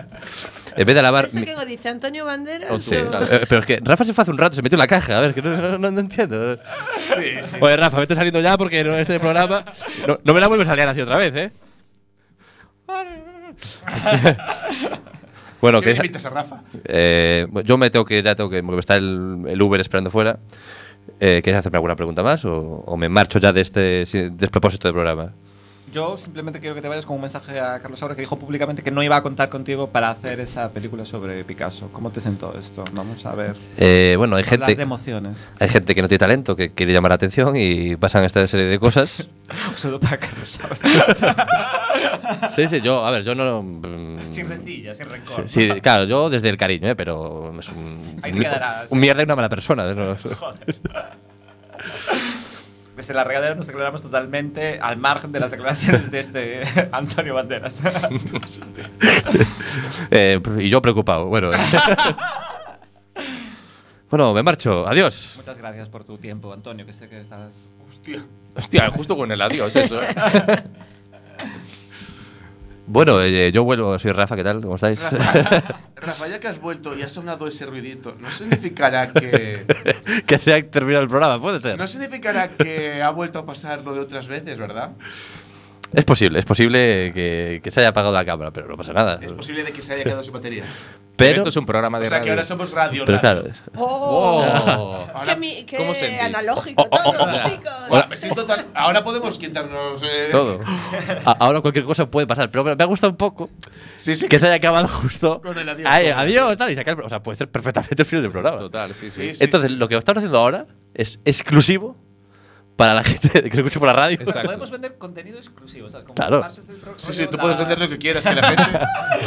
Speaker 4: en vez de alabar.
Speaker 7: Isto
Speaker 4: mi-
Speaker 7: que o dice Antonio Banderas?
Speaker 4: Sí,
Speaker 7: o-
Speaker 4: claro. Eh, Pero es que Rafa se fue hace un rato, se metió en la caja. A ver, que no, no- no- no entiendo. Oye, Rafa, vete saliendo ya porque no, este programa. No, no me la vuelves a liar así otra vez, ¿eh? bueno,
Speaker 5: ¿Qué
Speaker 4: que
Speaker 5: invitas a Rafa?
Speaker 4: eh, bueno, yo me tengo que ir, ya tengo que. Porque está el, el Uber esperando fuera. Eh, ¿Quieres hacerme alguna pregunta más o, o me marcho ya de este si- despropósito de programa?
Speaker 6: Yo simplemente quiero que te vayas con un mensaje a Carlos Saura que dijo públicamente que no iba a contar contigo para hacer esa película sobre Picasso. ¿Cómo te sentó esto? Vamos a ver.
Speaker 4: Eh, bueno, hay
Speaker 6: Hablar
Speaker 4: gente.
Speaker 6: de emociones.
Speaker 4: Hay gente que no tiene talento, que quiere llamar la atención y pasan esta serie de cosas.
Speaker 6: Un saludo para Carlos Saura.
Speaker 4: Sí, sí, yo, a ver, yo no. mm,
Speaker 6: sin rencillas, sin rencor.
Speaker 4: Sí, claro, yo desde el cariño, ¿eh? pero es un,
Speaker 6: Ahí te quedarás.
Speaker 4: un mierda y una mala persona. ¿no?
Speaker 6: Desde la regadera nos declaramos totalmente al margen de las declaraciones de este Antonio Banderas.
Speaker 4: Eh, y yo preocupado, bueno. bueno, me marcho, adiós.
Speaker 6: Muchas gracias por tu tiempo, Antonio, que sé que estás.
Speaker 8: Hostia, justo con el adiós, eso. eh.
Speaker 4: Bueno, eh, yo vuelvo, soy Rafa, ¿qué tal? ¿Cómo estáis?
Speaker 5: Rafa, Rafa, ya que has vuelto y ha sonado ese ruidito, ¿no significará que.
Speaker 4: que se ha terminado el programa, puede ser.
Speaker 5: No significará que ha vuelto a pasar lo de otras veces, ¿verdad?
Speaker 4: Es posible, es posible que, que se haya apagado la cámara, pero no pasa nada.
Speaker 5: Es posible de que se haya quedado sin batería.
Speaker 4: Pero,
Speaker 8: Esto es un programa
Speaker 5: O
Speaker 8: de
Speaker 5: sea que
Speaker 8: radio.
Speaker 5: ahora somos radio.
Speaker 4: pero
Speaker 5: radio.
Speaker 4: claro,
Speaker 7: Oh,
Speaker 5: Ahora,
Speaker 7: que, mi, que
Speaker 8: ¿cómo sentís?
Speaker 7: analógico todo, chicos.
Speaker 5: ahora me siento tan- ahora podemos quitarnos. eh,
Speaker 8: Todo.
Speaker 4: a- ahora cualquier cosa puede pasar, pero me ha gustado un poco
Speaker 5: Sí, sí.
Speaker 4: que se haya acabado justo.
Speaker 5: Con el adiós.
Speaker 4: Ahí, adiós, tal, y sacar el- O sea, puede ser perfectamente el final del programa.
Speaker 8: Total, sí, sí.
Speaker 5: Sí, sí.
Speaker 4: Entonces, lo que estamos haciendo ahora es exclusivo para la gente que lo escucha por la radio.
Speaker 8: Exacto.
Speaker 6: Podemos vender contenido exclusivo, ¿sabes? Como
Speaker 4: Claro.
Speaker 6: partes del pro-
Speaker 5: Sí, sí, tú
Speaker 6: la-
Speaker 5: puedes vender lo que quieras, que la gente.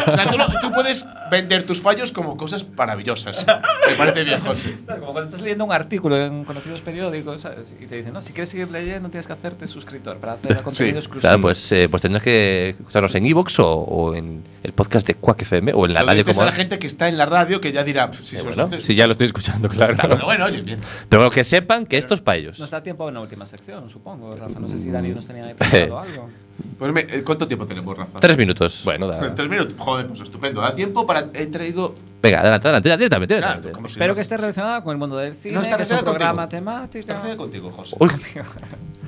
Speaker 5: O sea, tú, lo- tú puedes vender tus fallos como cosas maravillosas. Me parece bien, José.
Speaker 6: ¿Sabes? Como cuando estás leyendo un artículo en conocidos periódicos, ¿sabes? Y te dicen, no, si quieres seguir leyendo, tienes que hacerte suscriptor para hacer contenido exclusivo.
Speaker 4: Claro, pues, eh, pues tendrás que escucharnos en Evox o, o en el podcast de Quack FM o en la
Speaker 5: Lo
Speaker 4: radio
Speaker 5: dices
Speaker 4: como.
Speaker 5: a
Speaker 4: ahora.
Speaker 5: la gente que está en la radio que ya dirá. "Pf, Si
Speaker 4: Eh,
Speaker 5: se
Speaker 4: bueno,
Speaker 5: los dices".
Speaker 8: Sí, ya lo estoy escuchando, claro.
Speaker 5: Bueno, bueno, oye, bien.
Speaker 4: Pero que sepan que esto es para ellos.
Speaker 6: Nos da tiempo a una última última sección, supongo. Rafa, no sé si Dani nos tenía ahí preparado algo.
Speaker 5: Pues me- eh, ¿Cuánto tiempo tenemos, Rafa?
Speaker 4: Tres minutos. Bueno,
Speaker 5: Tres minutos. Joder, pues estupendo. Da tiempo para. He traído.
Speaker 4: Venga, adelante, adelante, directamente. directamente.
Speaker 5: como si
Speaker 6: Espero que esté relacionado con el mundo del cine,
Speaker 5: No, está
Speaker 6: que es un
Speaker 5: relacionado
Speaker 6: programa
Speaker 5: contigo.
Speaker 6: temático.
Speaker 5: Está relacionado contigo, José.
Speaker 4: Uy,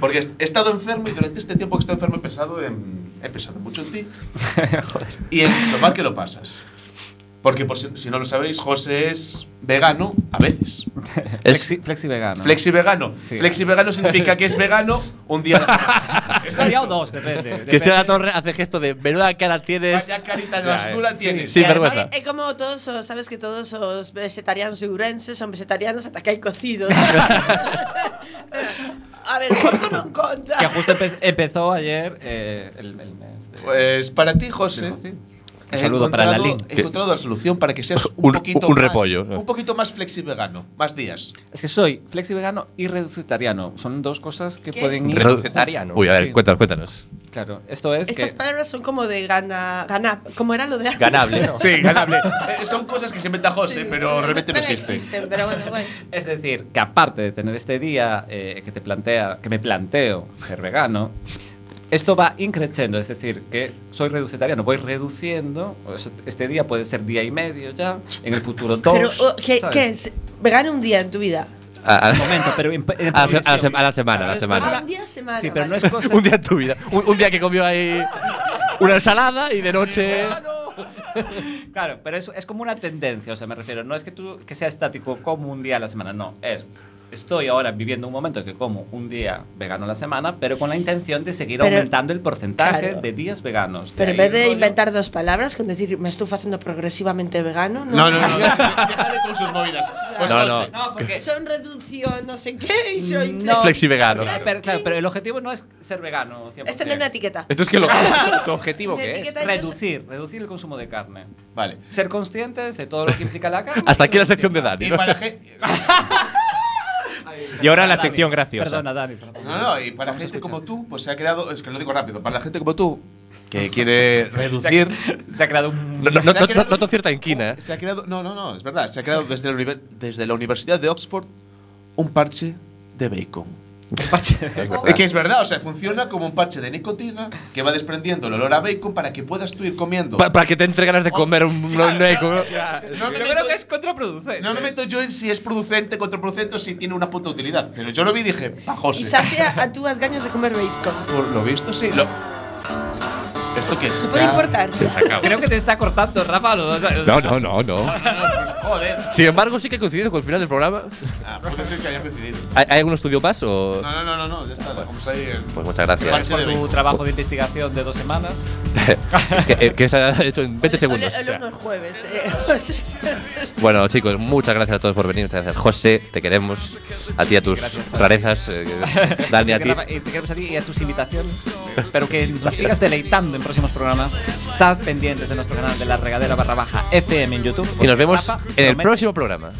Speaker 5: Porque he estado enfermo y durante este tiempo que he estado enfermo he pensado, en, he pensado mucho en ti
Speaker 6: Joder.
Speaker 5: y en lo mal que lo pasas. Porque por si, si no lo sabéis, José es vegano a veces.
Speaker 4: es-
Speaker 6: Flexi, flexi vegano.
Speaker 5: Flexi vegano.
Speaker 6: Sí.
Speaker 5: Flexi vegano significa que es vegano un día. a la semana.
Speaker 6: Había o dos, depende. depende.
Speaker 4: Cristian de la Torre hace gesto de menuda cara tienes.
Speaker 5: Vaya carita de basura tienes.
Speaker 4: Sin
Speaker 7: E
Speaker 4: vergüenza.
Speaker 7: ademais É como todos os, sabes que todos os vegetarianos de Ourense son vegetarianos ata que hai cocidos. A ver, porco non conta.
Speaker 6: Que justo empe- empezó ayer eh, el, el mes de.
Speaker 5: Pues para ti, José. he
Speaker 6: Un saludo para la
Speaker 5: encontrado-
Speaker 6: Lin.
Speaker 5: He encontrado la solución para que seas un,
Speaker 4: Un-
Speaker 5: poquito
Speaker 4: un
Speaker 5: más,
Speaker 4: repollo.
Speaker 5: Un poquito más flexi vegano, más días.
Speaker 6: Es que soy flexi vegano y reducitariano. Son dos cosas que
Speaker 7: ¿Qué?
Speaker 6: pueden ir.
Speaker 8: Reducetariano.
Speaker 4: Uy, a ver,
Speaker 6: Sí.
Speaker 4: cuéntanos, cuéntanos.
Speaker 6: Claro, esto es
Speaker 7: Estas
Speaker 6: que.
Speaker 7: palabras son como de gana, gana, como era lo de antes.
Speaker 4: Ganable.
Speaker 5: Sí, ganable. Eh, Son cosas que se inventa José,
Speaker 7: Sí,
Speaker 5: pero realmente no
Speaker 7: pero
Speaker 5: existe.
Speaker 7: existen, pero bueno, bueno.
Speaker 6: Es decir, que aparte de tener este día eh, que te plantea, que me planteo ser vegano, esto va increciendo, es decir, que soy reducetariano, voy reduciendo, o sea, este día puede ser día y medio ya, en el futuro dos.
Speaker 7: Pero
Speaker 4: oh,
Speaker 7: o, que,
Speaker 6: ¿sabes?
Speaker 7: que es vegano un día en tu vida.
Speaker 4: A, a-
Speaker 6: Un momento, pero en- en
Speaker 4: a la se- a la
Speaker 6: progresión.
Speaker 4: se- a la semana, a la
Speaker 7: Ah,
Speaker 4: semana.
Speaker 7: un día a semana.
Speaker 6: Sí, pero no
Speaker 7: vale.
Speaker 6: es cosa.
Speaker 4: Un día en tu vida. Un, un día que comió ahí una ensalada y de noche.
Speaker 6: Claro, pero es, es como una tendencia, o sea, me refiero, no es que tú que sea estático como un día a la semana, no, es estoy ahora viviendo un momento que como un día vegano a la semana, pero con la intención de seguir
Speaker 7: Pero-
Speaker 6: aumentando el porcentaje
Speaker 7: claro.
Speaker 6: de días veganos.
Speaker 7: Pero en
Speaker 6: ahí
Speaker 7: vez de
Speaker 6: rollo-
Speaker 7: inventar dos palabras, con decir me estoy haciendo progresivamente vegano,
Speaker 5: No, no, no. no, Déjale con sus movidas. Pues
Speaker 4: No,
Speaker 5: José.
Speaker 6: No, porque
Speaker 7: Son reducción, no sé qué, y soy
Speaker 6: Mm, No.
Speaker 4: Flexi vegano.
Speaker 6: Claro, pero, claro, pero el objetivo no es ser vegano 100%.
Speaker 7: Esta no es una etiqueta.
Speaker 8: Entonces, ¿qué lo, ¿tu objetivo
Speaker 7: Una
Speaker 8: qué es?
Speaker 7: etiqueta yo
Speaker 6: Reducir, reducir el consumo de carne.
Speaker 5: Vale.
Speaker 6: Ser conscientes de todo lo que implica la carne.
Speaker 4: Hasta aquí la sección de Dani.
Speaker 5: Y
Speaker 4: ¿no?
Speaker 5: para gente.
Speaker 9: Y ahora la
Speaker 6: Dani,
Speaker 9: sección graciosa.
Speaker 6: Perdona, Dani. perdón.
Speaker 5: No, no, y para
Speaker 6: Vamos a
Speaker 5: gente
Speaker 6: escuchar.
Speaker 5: como tú, pues se ha creado. Es que lo digo rápido. Para la gente como tú, que quiere reducir.
Speaker 6: Se ha creado un.
Speaker 4: No, no, no,
Speaker 5: Se ha creado-
Speaker 4: no- noto cierta inquina, ¿eh?
Speaker 5: Se ha creado. No, no, no, es verdad. Se ha creado desde la, univer- desde la Universidad de Oxford un parche de bacon. Eh, Que es verdad, o sea, funciona como un parche de nicotina que va desprendiendo el olor a bacon para que puedas tú ir comiendo.
Speaker 4: Pa- para que te entre ganas de comer un, un- un eco, ¿no?
Speaker 5: no me
Speaker 6: Yo
Speaker 5: meto-
Speaker 6: creo que es contraproducente.
Speaker 5: No me meto yo en si es producente, contraproducente o si tiene una puta utilidad. Pero yo lo vi y dije, pa' José.
Speaker 7: Y sacia a túas gañas de comer bacon.
Speaker 5: Por lo visto, sí. Lo... ¿Esto qué es?
Speaker 7: Se puede
Speaker 5: Ya-
Speaker 7: importar.
Speaker 6: Creo que te está cortando, Rafa. lo- o sea,
Speaker 4: No, no, no, no.
Speaker 5: Joder.
Speaker 4: Sin embargo, sí que coincidido con el final del programa.
Speaker 5: Ah, puede ser que haya coincidido.
Speaker 4: ¿Hay, hay algún estudio más o.?
Speaker 5: No, no, no, no, no, ya está. Vamos ahí. en-
Speaker 4: Pues muchas gracias.
Speaker 5: Parche
Speaker 6: Por
Speaker 5: de
Speaker 6: tu
Speaker 5: bacon.
Speaker 6: trabajo de investigación de dos semanas.
Speaker 4: que, que se ha hecho en 20 segundos.
Speaker 7: El, jueves. eh, o sea.
Speaker 4: Bueno, chicos, muchas gracias a todos por venir. Muchas gracias, José. Te queremos. A ti, a tus
Speaker 6: Gracias a ti.
Speaker 4: rarezas. eh, Dani, a ti.
Speaker 6: Rafa, y Te queremos a ti y a tus invitaciones. Espero que nos sigas deleitando en próximos programas. Estad pendientes de nuestro canal de la regadera barra baja FM en YouTube.
Speaker 4: Y nos vemos
Speaker 6: Rafa
Speaker 4: en el
Speaker 6: promete-
Speaker 4: próximo programa.